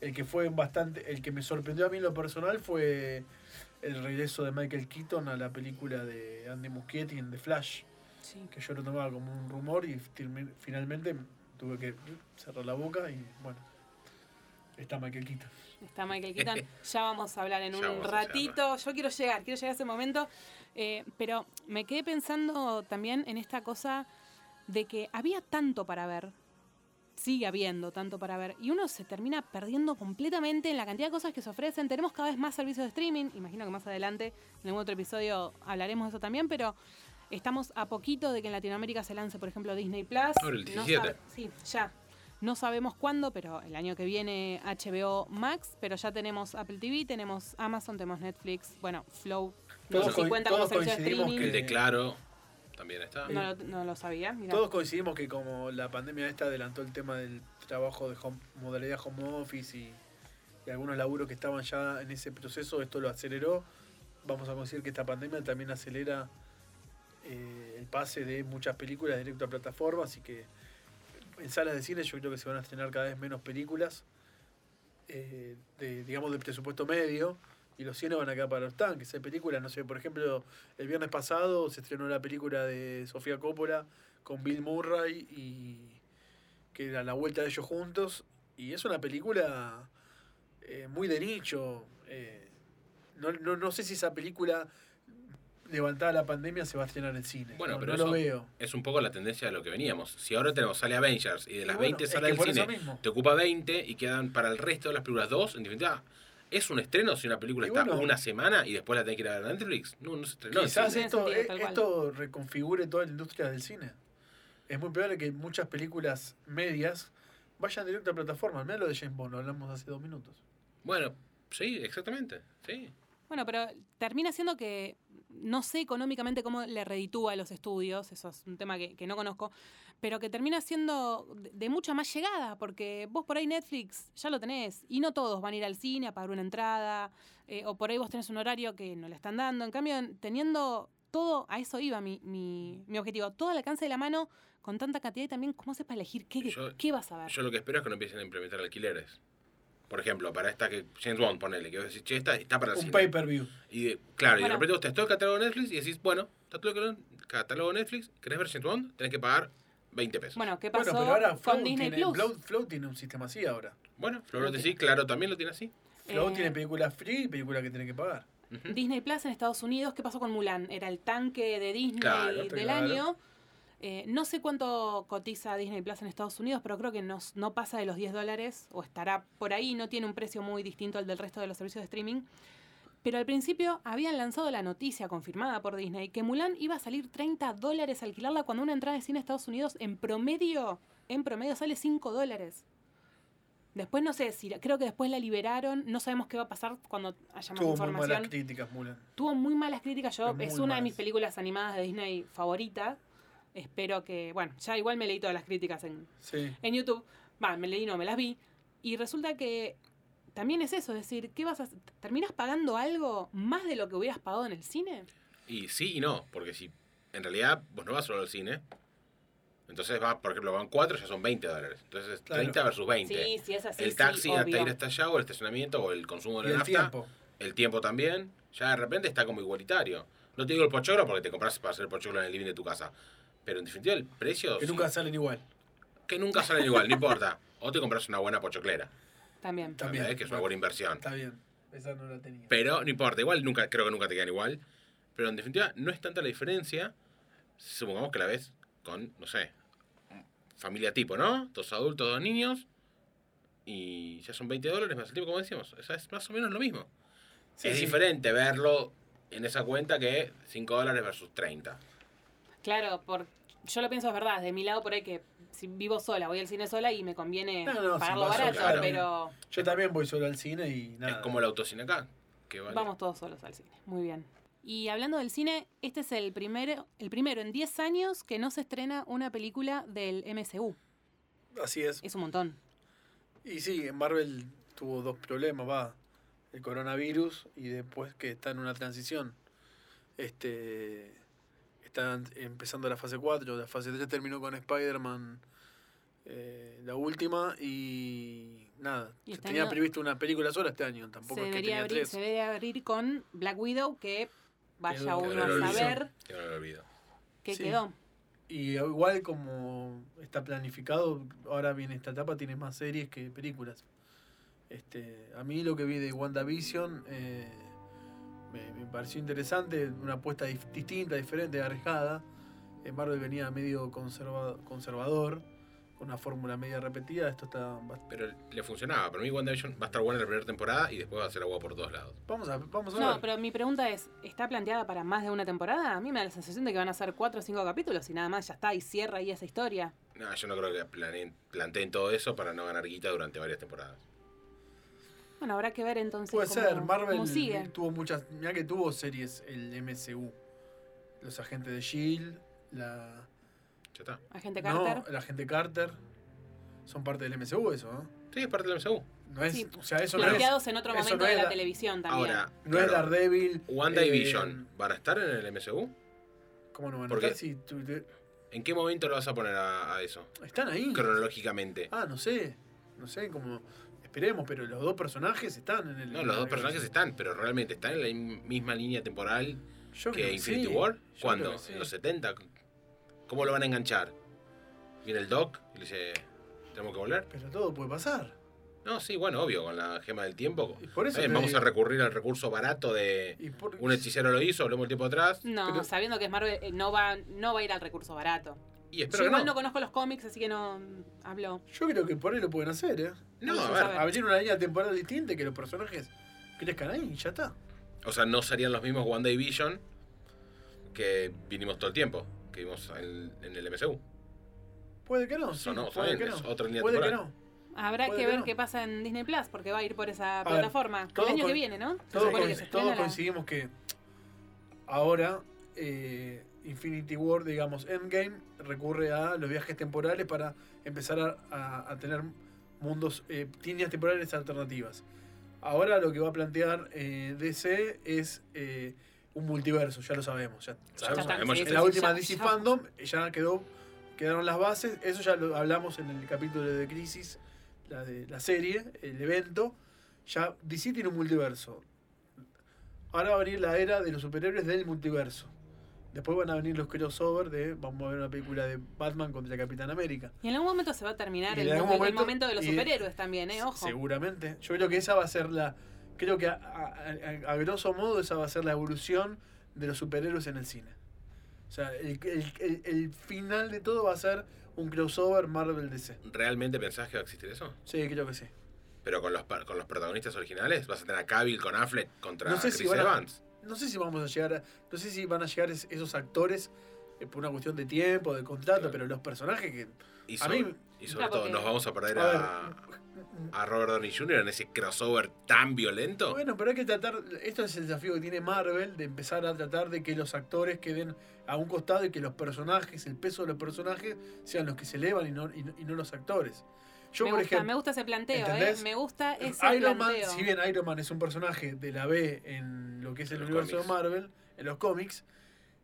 Speaker 5: el que fue bastante, el que me sorprendió a mí en lo personal fue el regreso de Michael Keaton a la película de Andy Muschietti en The Flash,
Speaker 1: Sí.
Speaker 5: que yo lo tomaba como un rumor y firme- finalmente tuve que cerrar la boca y bueno, está Michael Keaton.
Speaker 1: Está Michael Keaton. ya vamos a hablar en
Speaker 4: Ya
Speaker 1: un
Speaker 4: vamos a
Speaker 1: ratito. Yo quiero llegar, quiero llegar a ese momento. Eh, pero me quedé pensando también en esta cosa de que había tanto para ver. Sigue habiendo tanto para ver. Y uno se termina perdiendo completamente en la cantidad de cosas que se ofrecen. Tenemos cada vez más servicios de streaming. Imagino que más adelante, en algún otro episodio, hablaremos de eso también. Pero Estamos a poquito de que en Latinoamérica se lance, por ejemplo, Disney Plus.
Speaker 4: Ahora el
Speaker 1: No
Speaker 4: 17.
Speaker 1: sabe- sí, ya. No sabemos cuándo, pero el año que viene HBO Max, pero ya tenemos Apple TV, tenemos Amazon, tenemos Netflix, bueno, Flow. No sé
Speaker 5: Todos
Speaker 1: si
Speaker 5: co-
Speaker 1: cuenta como
Speaker 5: todos
Speaker 1: servicio de
Speaker 5: coincidimos
Speaker 1: streaming.
Speaker 4: El de
Speaker 5: Eh.
Speaker 4: Claro también está.
Speaker 1: No, lo- no lo sabía, mira.
Speaker 5: Todos coincidimos que como la pandemia esta adelantó el tema del trabajo de home- modalidad home office y, y algunos laburos que estaban ya en ese proceso, esto lo aceleró. Vamos a conseguir que esta pandemia también acelera eh, el pase de muchas películas directo a plataforma, así que en salas de cine yo creo que se van a estrenar cada vez menos películas, eh, de, digamos, del presupuesto medio. Y los cines van a quedar para los tanques. Hay películas, no sé, por ejemplo, el viernes pasado se estrenó la película de Sofía Coppola, con Bill Murray y que era la vuelta de ellos juntos. Y es una película eh, muy de nicho. eh, no, no, no sé si esa película levantada la pandemia se va a estrenar en cine.
Speaker 4: Bueno,
Speaker 5: No-
Speaker 4: pero
Speaker 5: no
Speaker 4: eso
Speaker 5: lo veo.
Speaker 4: Es un poco la tendencia de lo que veníamos. Si ahora tenemos sale Avengers y de las
Speaker 5: Y bueno,
Speaker 4: 20
Speaker 5: es
Speaker 4: salas
Speaker 5: que
Speaker 4: del
Speaker 5: por eso
Speaker 4: cine
Speaker 5: mismo.
Speaker 4: te ocupa 20 y quedan para el resto de las películas 2, en definitiva, ¿es un estreno si una película
Speaker 5: Y
Speaker 4: está
Speaker 5: bueno.
Speaker 4: una semana y después la tenés que ir a ver en Netflix? No, no se estrenó. en
Speaker 5: Quizás
Speaker 4: cine.
Speaker 1: tiene
Speaker 5: esto,
Speaker 1: sentido, tal
Speaker 5: eh,
Speaker 1: cual.
Speaker 5: esto reconfigure toda la industria del cine. Es muy probable que muchas películas medias vayan directo a plataformas. Mira lo de James Bond, lo hablamos hace dos minutos.
Speaker 4: Bueno, sí, exactamente. Sí.
Speaker 1: Bueno, pero termina siendo que no sé económicamente cómo le reditúa a los estudios, eso es un tema que, que no conozco, pero que termina siendo de, de mucha más llegada, porque vos por ahí Netflix ya lo tenés, y no todos van a ir al cine a pagar una entrada, eh, o por ahí vos tenés un horario que no le están dando. En cambio, en- teniendo todo, a eso iba mi, mi, mi objetivo, todo al alcance de la mano, con tanta cantidad y también cómo haces para elegir qué,
Speaker 4: Yo-
Speaker 1: qué vas a ver.
Speaker 4: Yo lo que espero es que no empiecen a implementar alquileres. Por ejemplo, para esta que James Bond, ponele, que vos decís, che, esta está para el
Speaker 5: Un
Speaker 4: cine.
Speaker 5: pay-per-view.
Speaker 4: Y de- claro, y de
Speaker 1: Bueno.
Speaker 4: repente vos tenés todo el catálogo de Netflix y decís, bueno, está todo el catálogo de Netflix, querés ver James Bond, tenés que pagar 20 pesos. Bueno,
Speaker 1: bueno, ¿qué pasó
Speaker 5: bueno, pero ahora
Speaker 1: con
Speaker 5: Flow
Speaker 1: Disney
Speaker 5: tiene,
Speaker 1: Plus?
Speaker 5: Flow- Flow tiene un sistema así ahora.
Speaker 4: Flor de sí, claro, también lo tiene así.
Speaker 5: Flow
Speaker 1: Eh,
Speaker 5: tiene películas free y películas que tiene que pagar.
Speaker 4: Ujú.
Speaker 1: Disney Plus en Estados Unidos, ¿qué pasó con Mulan? Era el tanque de Disney
Speaker 4: Claro,
Speaker 1: del
Speaker 5: claro.
Speaker 1: año. Eh, no sé cuánto cotiza Disney Plus en Estados Unidos, pero creo que no, no pasa de los 10 dólares o estará por ahí, no tiene un precio muy distinto al del resto de los servicios de streaming. Pero al principio habían lanzado la noticia confirmada por Disney que Mulan iba a salir 30 dólares alquilarla cuando una entrada de cine a Estados Unidos en promedio, en promedio sale 5 dólares. Después no sé si, la- creo que después la liberaron, no sabemos qué va a pasar cuando haya más
Speaker 5: Tuvo muy
Speaker 1: información
Speaker 5: malas críticas, Mulan.
Speaker 1: tuvo muy malas críticas. Yo,
Speaker 5: Muy
Speaker 1: es una de
Speaker 5: malas.
Speaker 1: mis películas animadas de Disney favorita. Espero que. Bueno, ya igual me leí todas las críticas en,
Speaker 5: Sí.
Speaker 1: en YouTube. Va, me leí, no, me las vi. Y resulta que también es eso: es decir, ¿qué vas a. ¿Terminas pagando algo más de lo que hubieras pagado en el cine?
Speaker 4: Y sí y no, porque si en realidad vos no vas solo al cine, entonces vas, por ejemplo, van 4, ya son 20 dólares. Entonces
Speaker 5: Claro.
Speaker 4: 30 versus 20.
Speaker 1: Sí, sí, es así.
Speaker 4: el
Speaker 1: sí,
Speaker 4: taxi hasta
Speaker 1: obvio.
Speaker 4: ir hasta allá, o el estacionamiento, o el consumo
Speaker 5: Y
Speaker 4: de la
Speaker 5: el
Speaker 4: nafta.
Speaker 5: tiempo.
Speaker 4: El tiempo también, ya de repente está como igualitario. No te digo el pochoclo porque te compras para hacer el pochoclo en el living de tu casa. Pero en definitiva el precio...
Speaker 5: Que
Speaker 4: sí,
Speaker 5: nunca salen igual.
Speaker 4: que nunca salen igual, no importa. O te compras una buena pochoclera.
Speaker 1: También.
Speaker 5: También.
Speaker 4: ¿Entendés? Que es una buena inversión.
Speaker 5: Está bien. Esa no la tenía.
Speaker 4: Pero no importa, igual nunca, creo que nunca te quedan igual. Pero en definitiva, no es tanta la diferencia. Supongamos que la ves con, no sé, familia tipo, ¿no? Dos adultos, dos niños. Y ya son 20 dólares más el tiempo, como decíamos. O sea, es más o menos lo mismo.
Speaker 5: Sí,
Speaker 4: es
Speaker 5: sí.
Speaker 4: diferente verlo en esa cuenta que 5 dólares versus 30.
Speaker 1: Claro, por, yo lo pienso, es verdad. De mi lado, por ahí que si vivo sola, voy al cine sola y me conviene
Speaker 5: No, no, si
Speaker 1: pagarlo
Speaker 5: vas
Speaker 1: barato,
Speaker 4: sola, claro.
Speaker 1: pero
Speaker 5: Yo también voy solo al cine y nada.
Speaker 4: Es como el autocine acá. Que vale.
Speaker 1: Vamos todos solos al cine. Muy bien. Y hablando del cine, este es el primero, el primero en 10 años que no se estrena una película del MCU.
Speaker 5: Así es.
Speaker 1: Es un montón.
Speaker 5: Y sí, en Marvel tuvo dos problemas, va. El coronavirus y después que está en una transición. Este están empezando la fase 4, la fase 3 terminó con Spider-Man eh, la última y nada,
Speaker 1: Y
Speaker 5: se
Speaker 1: este
Speaker 5: tenía
Speaker 1: año-
Speaker 5: previsto una película sola este año,
Speaker 1: Se
Speaker 5: tampoco es que
Speaker 1: debería,
Speaker 5: tenía
Speaker 1: abrir,
Speaker 5: tres.
Speaker 1: se debería abrir con Black Widow, que vaya
Speaker 5: Quedó-
Speaker 4: Que no
Speaker 1: uno
Speaker 4: lo
Speaker 1: a
Speaker 4: olvido.
Speaker 1: saber
Speaker 4: Que no lo olvido.
Speaker 1: qué
Speaker 5: Sí.
Speaker 1: quedó.
Speaker 5: Y igual como está planificado, ahora viene esta etapa, tiene más series que películas. Este, a mí lo que vi de WandaVision eh, me, me pareció interesante, una apuesta dif- distinta, diferente, arriesgada. Eh, Marvel venía medio conserva- conservador con una fórmula media repetida, esto está... bast-
Speaker 4: Pero le funcionaba. Para mí, WandaVision va a estar buena la primera temporada y después va a hacer agua por todos lados.
Speaker 5: Vamos a, vamos a ver.
Speaker 1: No, pero mi pregunta es, ¿está planteada para más de una temporada? A mí me da la sensación de que van a ser cuatro o cinco capítulos y nada más, ya está, y cierra ahí esa historia.
Speaker 4: No, yo no creo que planeen- planteen todo eso para no ganar guita durante varias temporadas.
Speaker 1: Bueno, habrá que ver entonces
Speaker 5: Puede
Speaker 1: cómo-
Speaker 5: ser,
Speaker 1: cómo
Speaker 5: Marvel
Speaker 1: sigue.
Speaker 5: tuvo muchas. Mirá que tuvo series el MCU. Los agentes de Shield, E la.
Speaker 4: Ya está.
Speaker 1: Agente Carter.
Speaker 5: No, el agente Carter. Son parte del MCU eso, ¿no?
Speaker 4: Sí, es parte del MCU.
Speaker 5: No es.
Speaker 1: Sí.
Speaker 5: O sea, eso no es.
Speaker 1: planteados en otro
Speaker 5: eso
Speaker 1: momento
Speaker 5: no
Speaker 1: de
Speaker 5: es
Speaker 1: la
Speaker 5: la-
Speaker 1: televisión también.
Speaker 4: Ahora,
Speaker 5: No es
Speaker 4: claro,
Speaker 5: Daredevil.
Speaker 4: Wanda y
Speaker 5: eh,
Speaker 4: Vision, ¿van a estar en el MCU?
Speaker 5: ¿Cómo no van a
Speaker 4: Porque-
Speaker 5: estar? Si tú- te-
Speaker 4: ¿En qué momento lo vas a poner a, a eso?
Speaker 5: están ahí.
Speaker 4: Cronológicamente.
Speaker 5: Ah, no sé. No sé cómo. Esperemos, pero los dos personajes están en el.
Speaker 4: No, los dos personajes están, pero realmente están en la im- misma línea temporal
Speaker 5: Yo creo
Speaker 4: que
Speaker 5: que
Speaker 4: Infinity
Speaker 5: sí.
Speaker 4: War.
Speaker 5: Yo
Speaker 4: ¿Cuándo?
Speaker 5: creo que sí.
Speaker 4: ¿En los 70? ¿Cómo lo van a enganchar? Viene el Doc y le dice, ¿tenemos que volver?
Speaker 5: Pero todo puede pasar.
Speaker 4: No, sí, bueno, obvio, con la gema del tiempo.
Speaker 5: Y por eso
Speaker 4: Está bien,
Speaker 5: te
Speaker 4: vamos
Speaker 5: digo.
Speaker 4: a recurrir al recurso barato de...
Speaker 5: Y por-
Speaker 4: Un hechicero lo hizo, hablemos el tiempo atrás.
Speaker 1: no,
Speaker 5: pero-
Speaker 1: sabiendo que es Marvel, eh, no va, no va a ir al recurso barato.
Speaker 4: Y
Speaker 1: Yo
Speaker 4: espero que
Speaker 1: igual
Speaker 4: no.
Speaker 1: no. conozco los cómics, así que no mm, hablo.
Speaker 5: Yo creo que por ahí lo pueden hacer, ¿eh?
Speaker 4: No,
Speaker 1: Vamos
Speaker 4: a
Speaker 1: a
Speaker 4: ver.
Speaker 1: saber.
Speaker 5: Abrir una línea temporal distinta y que los personajes crezcan ahí y ya está.
Speaker 4: O sea, no serían los mismos One Day Vision que vinimos todo el tiempo, que vimos en, en el MCU.
Speaker 5: Puede que no.
Speaker 4: Eso
Speaker 5: sí,
Speaker 4: no, está
Speaker 5: puede que
Speaker 4: bien,
Speaker 5: no.
Speaker 4: es otra línea
Speaker 5: puede que
Speaker 4: temporal.
Speaker 5: no.
Speaker 1: Habrá
Speaker 5: Puede
Speaker 1: que
Speaker 5: que
Speaker 1: ver
Speaker 5: no.
Speaker 1: qué pasa en Disney Plus, porque va a ir por esa
Speaker 5: A ver,
Speaker 1: plataforma.
Speaker 5: todos
Speaker 1: el año que
Speaker 5: con-
Speaker 1: viene, ¿no? Se
Speaker 5: Todos,
Speaker 1: supone que se
Speaker 5: coinc- todos
Speaker 1: estrena la-
Speaker 5: coincidimos que ahora eh, Infinity War, digamos, Endgame, recurre a los viajes temporales para empezar a, a- a tener mundos, eh, líneas temporales alternativas. Ahora lo que va a plantear eh, DC es eh, un multiverso, ya lo sabemos. Ya
Speaker 4: Ya lo
Speaker 5: sabemos
Speaker 4: sabemos,
Speaker 1: sí,
Speaker 4: ya
Speaker 5: En la
Speaker 1: sí,
Speaker 5: última
Speaker 1: ya-
Speaker 5: DC
Speaker 1: ya-
Speaker 5: Fandom ya quedó, quedaron las bases. Eso ya lo hablamos en el capítulo de Crisis, la de la serie, el evento. Ya DC tiene un multiverso. Ahora va a venir la era de los superhéroes del multiverso. Después van a venir los crossover de. Vamos a ver una película de Batman contra Capitán América.
Speaker 1: Y en algún momento se va a terminar
Speaker 5: Y
Speaker 1: el,
Speaker 5: en algún
Speaker 1: el momento,
Speaker 5: momento-
Speaker 1: de los
Speaker 5: y-
Speaker 1: superhéroes también, ¿eh? Ojo.
Speaker 5: Seguramente. Yo creo que esa va a ser la. Creo que a, a- a- a grosso modo esa va a ser la evolución de los superhéroes en el cine. O sea, el, el- el- el final de todo va a ser un crossover Marvel DC.
Speaker 4: ¿Realmente pensás que va a existir eso?
Speaker 5: Sí, creo que sí.
Speaker 4: Pero con los, pa- con los protagonistas originales, vas a tener a Cavill con Affleck contra
Speaker 5: No sé
Speaker 4: Chris
Speaker 5: si van a-
Speaker 4: Evans.
Speaker 5: No sé si vamos a llegar a, No sé si van a llegar es- esos actores eh, por una cuestión de tiempo, de contrato,
Speaker 4: Claro.
Speaker 5: pero los personajes que.
Speaker 4: Y
Speaker 5: A
Speaker 4: sobre,
Speaker 5: mí-
Speaker 4: y sobre
Speaker 1: Claro,
Speaker 4: todo,
Speaker 1: porque-
Speaker 4: ¿nos vamos a perder
Speaker 5: A ver.
Speaker 4: a, a Robert Downey Jr. en ese crossover tan violento?
Speaker 5: Bueno, pero hay que tratar. Esto es el desafío que tiene Marvel de empezar a tratar de que los actores queden a un costado y que los personajes, el peso de los personajes, sean los que se elevan y no, y no, y no los actores. Yo,
Speaker 1: me,
Speaker 5: por
Speaker 1: gusta, me
Speaker 5: ejemplo,
Speaker 1: gusta ese planteo, ¿eh?
Speaker 5: ¿entendés?
Speaker 1: Me gusta ese
Speaker 5: Iron Man,
Speaker 1: planteo.
Speaker 5: si bien Iron Man es un personaje de la B en lo que es
Speaker 4: En
Speaker 5: el
Speaker 4: los
Speaker 5: universo
Speaker 4: cómics.
Speaker 5: de Marvel, en los cómics,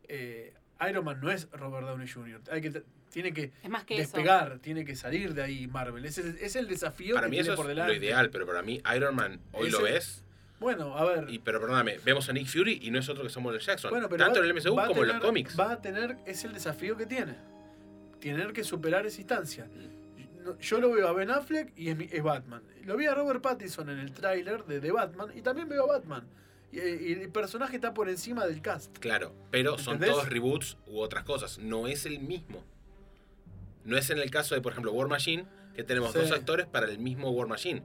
Speaker 5: eh, Iron Man no es Robert Downey Jr. Hay que, tra- tiene que
Speaker 1: es más que eso.
Speaker 5: despegar, tiene que salir de ahí Marvel. Ese es, es el desafío
Speaker 4: para
Speaker 5: que
Speaker 4: mí
Speaker 5: tiene
Speaker 4: eso es
Speaker 5: por delante.
Speaker 4: lo ideal, pero para mí Iron Man hoy lo
Speaker 5: Ese-
Speaker 4: ves.
Speaker 5: Bueno, a ver.
Speaker 4: Y, pero perdóname, vemos a Nick Fury y no es otro que Samuel L. Jackson.
Speaker 5: Bueno, pero
Speaker 4: tanto
Speaker 5: va-
Speaker 4: en el MCU
Speaker 5: va a
Speaker 4: como en los
Speaker 5: tener-
Speaker 4: cómics.
Speaker 5: Va a tener, es el desafío que tiene. Tener que superar esa instancia. No- Yo lo veo a Ben Affleck y es, mi- es Batman. Lo vi a Robert Pattinson en el tráiler de, The Batman y también veo a Batman. Y, y el personaje está por encima del cast.
Speaker 4: Claro, pero son
Speaker 5: ¿Entendés?
Speaker 4: todos reboots u otras cosas. No es el mismo. No es en el caso de, por ejemplo, War Machine, que tenemos
Speaker 5: Sí.
Speaker 4: dos actores para el mismo War Machine.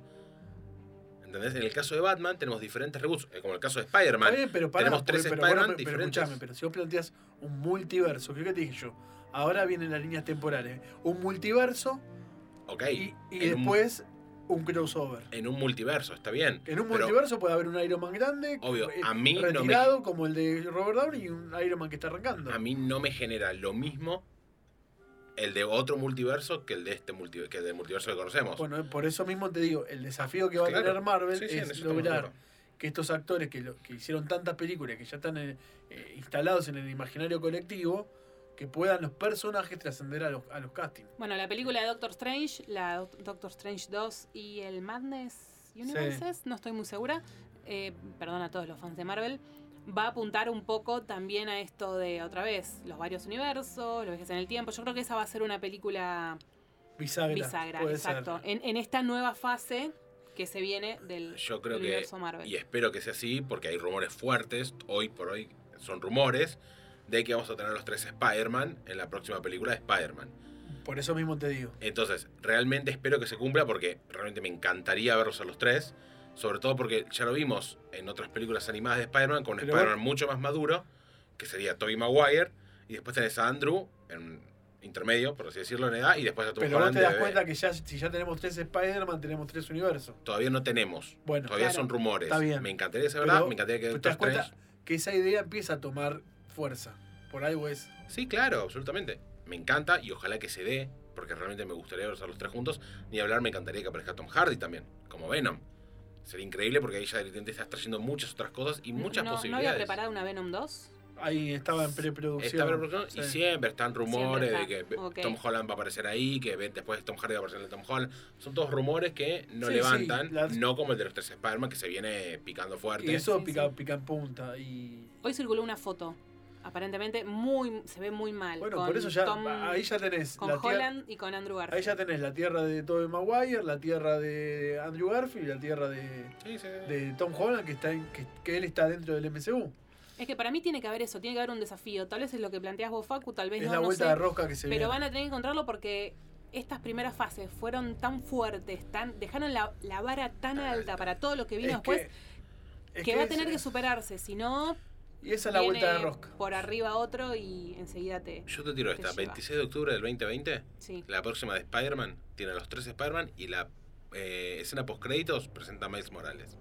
Speaker 4: ¿Entendés? En el caso de Batman tenemos diferentes reboots. eh, Como el caso de Spider-Man.
Speaker 5: Está bien, pero pará,
Speaker 4: tenemos tres
Speaker 5: porque- pero,
Speaker 4: Spider-Man
Speaker 5: bueno, pero, pero
Speaker 4: diferentes.
Speaker 5: escuchame, pero si vos planteas un multiverso, ¿qué que te dije yo? Ahora vienen las líneas temporales. Un multiverso
Speaker 4: ok.
Speaker 5: y, y
Speaker 4: en un-
Speaker 5: después un crossover.
Speaker 4: en un multiverso, está bien.
Speaker 5: En un
Speaker 4: pero
Speaker 5: multiverso puede haber un Iron Man grande,
Speaker 4: Obvio,
Speaker 5: eh,
Speaker 4: a mí no me-
Speaker 5: retirado como el de Robert Downey y un Iron Man que está arrancando.
Speaker 4: A mí no me genera lo mismo el de otro multiverso que el de este multi- que el del multiverso que conocemos.
Speaker 5: Bueno, eh, por eso mismo te digo, el desafío que va a
Speaker 4: Claro.
Speaker 5: tener Marvel
Speaker 4: Sí, sí,
Speaker 5: es
Speaker 4: en eso estamos de
Speaker 5: lograr
Speaker 4: acuerdo.
Speaker 5: que estos actores que, lo- que hicieron tantas películas, que ya están eh, eh, instalados en el imaginario colectivo, que puedan los personajes trascender a los, a los castings.
Speaker 1: Bueno, la película de Doctor Strange, la Doc- Doctor Strange 2 y el Madness Universes, no estoy muy segura, eh, perdón a todos los fans de Marvel, va a apuntar un poco también a esto de otra vez, los varios universos, los viajes en el tiempo. Yo creo que esa va a ser una película
Speaker 5: Bisagra.
Speaker 1: bisagra,
Speaker 5: puede ser.
Speaker 1: exacto, en, en esta nueva fase que se viene del
Speaker 4: Yo creo que.
Speaker 1: universo Marvel.
Speaker 4: Y espero que sea así, porque hay rumores fuertes, hoy por hoy son rumores, de que vamos a tener los tres Spider-Man en la próxima película de Spider-Man.
Speaker 5: Por eso mismo te digo.
Speaker 4: Entonces, realmente espero que se cumpla porque realmente me encantaría verlos a los tres. Sobre todo porque ya lo vimos en otras películas animadas de Spider-Man, con un
Speaker 5: Pero
Speaker 4: Spider-Man mucho más maduro, que sería Tobey Maguire. Y después tenés a Andrew, en intermedio, por así decirlo, en edad. Y después a Tom
Speaker 5: Pero vos
Speaker 4: Holland
Speaker 5: te
Speaker 4: de
Speaker 5: das
Speaker 4: bebé.
Speaker 5: cuenta que ya, si ya tenemos tres Spider-Man, tenemos tres universos.
Speaker 4: Todavía no tenemos.
Speaker 5: Bueno,
Speaker 4: Todavía
Speaker 1: Claro.
Speaker 4: son rumores.
Speaker 5: Está bien.
Speaker 4: Me encantaría saber,
Speaker 5: Pero
Speaker 4: me encantaría que
Speaker 5: te das
Speaker 4: otros
Speaker 5: cuenta
Speaker 4: tres.
Speaker 5: que esa idea empieza a tomar fuerza. Por algo es.
Speaker 4: Sí, claro, absolutamente. Me encanta y ojalá que se dé, porque realmente me gustaría verlos a los tres juntos. Ni hablar, me encantaría que aparezca Tom Hardy también, como Venom. Sería increíble porque ahí ya directamente estás trayendo muchas otras cosas y muchas
Speaker 1: no, ¿No había
Speaker 4: posibilidades.
Speaker 1: preparado una Venom 2?
Speaker 5: Ahí estaba en preproducción.
Speaker 4: Está preparado
Speaker 5: Sí.
Speaker 4: y siempre están rumores
Speaker 1: Siempre
Speaker 4: de
Speaker 1: está,
Speaker 4: que
Speaker 1: ok.
Speaker 4: Tom Holland va a aparecer ahí, que ve- después Tom Hardy va a aparecer en el Tom Holland. Son todos rumores que no
Speaker 5: Sí, sí,
Speaker 4: levantan,
Speaker 5: las-
Speaker 4: no como el de los tres Spider-Man que se viene picando fuerte.
Speaker 5: Y eso
Speaker 1: Sí,
Speaker 5: pica,
Speaker 1: sí.
Speaker 5: pica en punta. Y
Speaker 1: Hoy circuló una foto. Aparentemente muy, se ve muy mal.
Speaker 5: bueno,
Speaker 1: con
Speaker 5: por eso ya.
Speaker 1: Tom-
Speaker 5: ahí ya tenés.
Speaker 1: Con
Speaker 5: la tía-
Speaker 1: Holland y con Andrew Garfield.
Speaker 5: Ahí ya tenés la tierra de Tobey Maguire, la tierra de Andrew Garfield y la tierra de,
Speaker 4: Sí, sí, sí.
Speaker 5: de Tom Holland, que, está en- que, que él está dentro del MCU.
Speaker 1: Es que para mí tiene que haber eso, tiene que haber un desafío. Tal vez es lo que planteas vos, Facu, tal vez
Speaker 5: es
Speaker 1: Pues no,
Speaker 5: la
Speaker 1: no
Speaker 5: vuelta
Speaker 1: sé.
Speaker 5: de rosca que se
Speaker 1: pero
Speaker 5: viene.
Speaker 1: van a tener que encontrarlo porque estas primeras fases fueron tan fuertes, tan dejaron la, la vara tan alta para todo lo que vino
Speaker 5: Es
Speaker 1: después,
Speaker 5: que,
Speaker 1: pues, que,
Speaker 5: es
Speaker 1: va a
Speaker 5: es-
Speaker 1: tener que superarse. Si no,
Speaker 5: Y esa es la vuelta de
Speaker 1: viene
Speaker 5: rosca.
Speaker 1: por arriba otro y enseguida te...
Speaker 4: Yo te tiro
Speaker 1: Te
Speaker 4: esta,
Speaker 1: lleva.
Speaker 4: 26 de octubre del 2020.
Speaker 1: Sí.
Speaker 4: La próxima de Spider-Man tiene a los tres Spider-Man y la eh, escena post-créditos presenta a Miles Morales.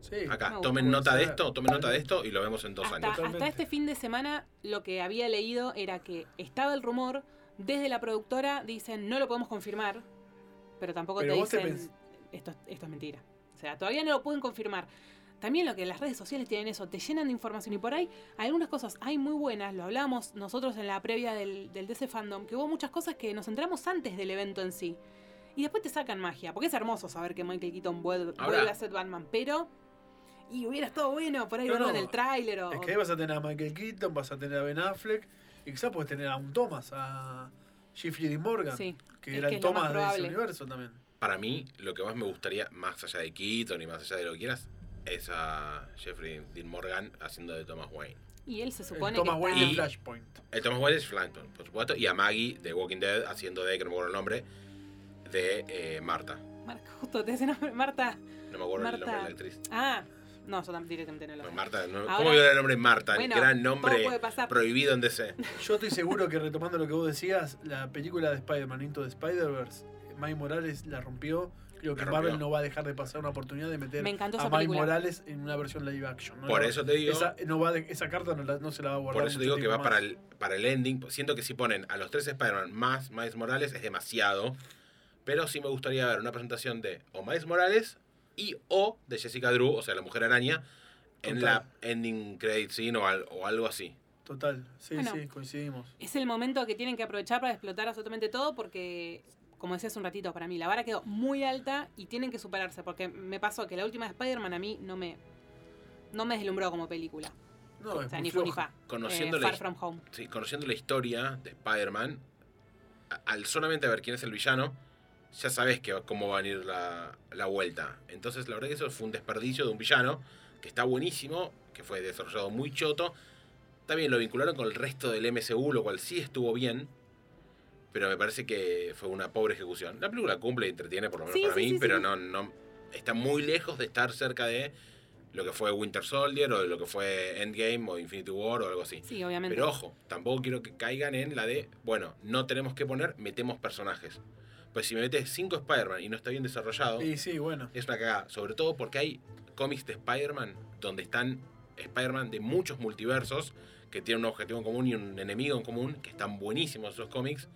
Speaker 5: Sí.
Speaker 4: Acá,
Speaker 1: me
Speaker 4: tomen
Speaker 5: gusta.
Speaker 4: nota de
Speaker 5: Sí.
Speaker 4: esto, tomen nota de esto y lo vemos en dos
Speaker 1: Hasta,
Speaker 4: años.
Speaker 1: hasta
Speaker 5: Totalmente.
Speaker 1: este fin de semana lo que había leído era que estaba el rumor, desde la productora dicen no lo podemos confirmar, pero tampoco
Speaker 5: Pero
Speaker 1: te
Speaker 5: vos te
Speaker 1: dicen
Speaker 5: pens-
Speaker 1: esto, es- esto es mentira. O sea, todavía no lo pueden confirmar. También lo que las redes sociales tienen eso, te llenan de información y por ahí algunas cosas hay muy buenas, lo hablamos nosotros en la previa del, del DC Fandom, que hubo muchas cosas que nos entramos antes del evento en sí. Y después te sacan magia, porque es hermoso saber que Michael Keaton vuelve,
Speaker 4: Ahora-
Speaker 1: vuelve a ser Batman, pero... Y hubiera estado bueno por ahí
Speaker 5: No,
Speaker 1: verlo
Speaker 5: no,
Speaker 1: en el tráiler o...
Speaker 5: Es que ahí vas a tener a Michael Keaton, vas a tener a Ben Affleck y quizás puedes tener a un Thomas, a Jeffrey Dean Morgan,
Speaker 1: Sí,
Speaker 5: que
Speaker 1: es
Speaker 5: era
Speaker 1: que
Speaker 5: el
Speaker 1: es lo más
Speaker 5: Thomas de ese
Speaker 1: probable.
Speaker 5: universo también.
Speaker 4: Para mí, lo que más me gustaría, más allá de Keaton y más allá de lo que quieras, es a Jeffrey Dean Morgan haciendo de Thomas Wayne.
Speaker 1: Y él se
Speaker 5: El
Speaker 1: supone que
Speaker 5: Thomas
Speaker 1: está-
Speaker 5: Wayne de
Speaker 4: Y-
Speaker 5: Flashpoint.
Speaker 4: El Thomas Wayne es Flanagan, por supuesto, y a Maggie de Walking Dead haciendo de, que no me acuerdo el nombre, de eh, Marta.
Speaker 1: Marta, justo te ese nombre, Marta.
Speaker 4: No me acuerdo el nombre de
Speaker 1: Marta.
Speaker 4: la actriz.
Speaker 1: Ah, no, yo tam- directamente no lo
Speaker 4: No,
Speaker 1: sé.
Speaker 4: Marta, no-
Speaker 1: Ahora-
Speaker 4: ¿cómo viola el nombre Marta?
Speaker 1: Bueno,
Speaker 4: el gran
Speaker 1: todo
Speaker 4: nombre
Speaker 1: puede pasar.
Speaker 4: prohibido en DC.
Speaker 5: Yo estoy seguro que retomando lo que vos decías, la película de Spider-Man Into the Spider-Verse, Miles Morales la rompió. Creo que
Speaker 4: La rompió.
Speaker 5: Marvel no va a dejar de pasar una oportunidad de meter
Speaker 1: Me encantó
Speaker 5: a
Speaker 1: esa
Speaker 5: Miles
Speaker 1: película.
Speaker 5: Morales en una versión live action. ¿no?
Speaker 4: Por
Speaker 5: No,
Speaker 4: eso te digo-
Speaker 5: Esa, no va de- esa carta no, la- no se la va a guardar.
Speaker 4: Por eso
Speaker 5: mucho
Speaker 4: digo que
Speaker 5: tiempo
Speaker 4: va
Speaker 5: más.
Speaker 4: para el, para el ending. Pues Siento que si ponen a los tres Spider-Man más Miles Morales es demasiado. Pero sí me gustaría ver una presentación de o Miles Morales y o de Jessica Drew, o sea, la mujer araña, en
Speaker 5: Total.
Speaker 4: la ending credit scene o, al- o algo así.
Speaker 5: Total, sí,
Speaker 1: Bueno.
Speaker 5: sí, coincidimos.
Speaker 1: Es el momento que tienen que aprovechar para explotar absolutamente todo porque, como decía hace un ratito, para mí la vara quedó muy alta y tienen que superarse porque me pasó que la última de Spider-Man a mí no me, no me deslumbró como película.
Speaker 5: No,
Speaker 1: O
Speaker 5: es
Speaker 1: sea,
Speaker 5: muy
Speaker 1: ni fu ni
Speaker 5: floja.
Speaker 1: fa.
Speaker 4: Conociendo
Speaker 1: Eh,
Speaker 4: la
Speaker 1: Far
Speaker 4: his-
Speaker 1: From Home.
Speaker 4: Sí, conociendo la historia de Spider-Man, a- al solamente ver quién es el villano, ya sabes que, va- cómo va a venir la, la vuelta. Entonces, la verdad que eso fue un desperdicio de un villano que está buenísimo, que fue desarrollado muy choto. También lo vincularon con el resto del MCU, lo cual sí estuvo bien. Pero me parece que fue una pobre ejecución. La película cumple y entretiene, por lo menos
Speaker 1: Sí,
Speaker 4: para
Speaker 1: sí,
Speaker 4: mí,
Speaker 1: sí,
Speaker 4: pero
Speaker 1: sí.
Speaker 4: No, no está muy lejos de estar cerca de lo que fue Winter Soldier o de lo que fue Endgame o Infinity War o algo así.
Speaker 1: Sí, obviamente.
Speaker 4: Pero ojo, tampoco quiero que caigan en la de, bueno, no tenemos que poner, metemos personajes. Pues si me metes 5 Spider-Man y no está bien desarrollado,
Speaker 5: Y sí, bueno.
Speaker 4: es una cagada. Sobre todo porque hay cómics de Spider-Man donde están Spider-Man de muchos multiversos que tienen un objetivo en común y un enemigo en común, que están buenísimos esos cómics.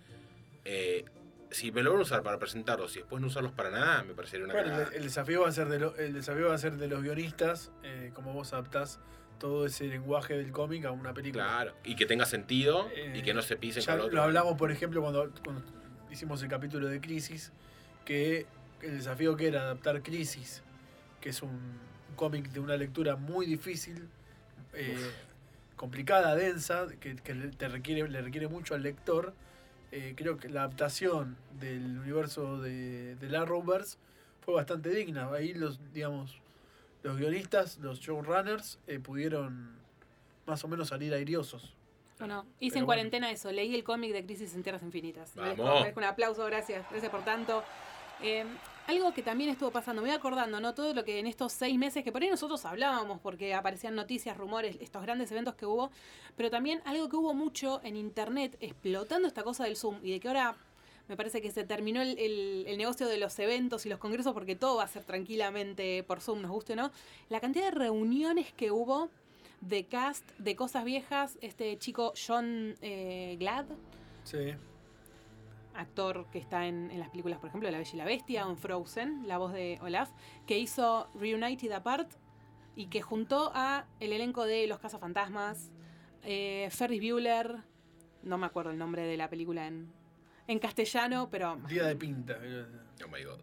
Speaker 4: Eh, si me lo van a usar para presentarlos y después no usarlos para nada, me parecería una
Speaker 5: Bueno,
Speaker 4: cagada.
Speaker 5: el, el desafío va a ser de lo- el desafío va a ser de los guionistas, eh, cómo vos adaptás todo ese lenguaje del cómic a una película.
Speaker 4: Claro, y que tenga sentido y que no se pisen
Speaker 5: Eh, ya
Speaker 4: con lo
Speaker 5: lo,
Speaker 4: otro.
Speaker 5: hablamos, por ejemplo, cuando, cuando hicimos el capítulo de Crisis, que el desafío que era adaptar Crisis, que es un cómic de una lectura muy difícil, eh, complicada, densa, que, que le- te requiere, le requiere mucho al lector. Eh, creo que la adaptación del universo de, de la Arrowverse fue bastante digna. Ahí los, digamos, los guionistas, los showrunners, eh, pudieron más o menos salir airiosos.
Speaker 1: Bueno, hice
Speaker 5: Pero
Speaker 1: en
Speaker 5: bueno.
Speaker 1: cuarentena eso, leí el cómic de Crisis en Tierras Infinitas. Les
Speaker 4: Vamos.
Speaker 1: merezco un aplauso, gracias, gracias por tanto. Eh, algo que también estuvo pasando, me voy acordando, ¿no? Todo lo que en estos seis meses, que por ahí nosotros hablábamos, porque aparecían noticias, rumores, estos grandes eventos que hubo, pero también algo que hubo mucho en internet, explotando esta cosa del Zoom, y de que ahora me parece que se terminó el, el- el negocio de los eventos y los congresos, porque todo va a ser tranquilamente por Zoom, nos guste o no. La cantidad de reuniones que hubo de cast, de cosas viejas, este chico John eh, Glad,
Speaker 5: Sí.
Speaker 1: actor que está en, en las películas, por ejemplo, La Bella y la Bestia, On Frozen, la voz de Olaf, que hizo Reunited Apart y que juntó a el elenco de Los Cazafantasmas, eh, Ferris Bueller, no me acuerdo el nombre de la película en, en castellano, pero
Speaker 5: Día de pinta. eh.
Speaker 4: Oh my god.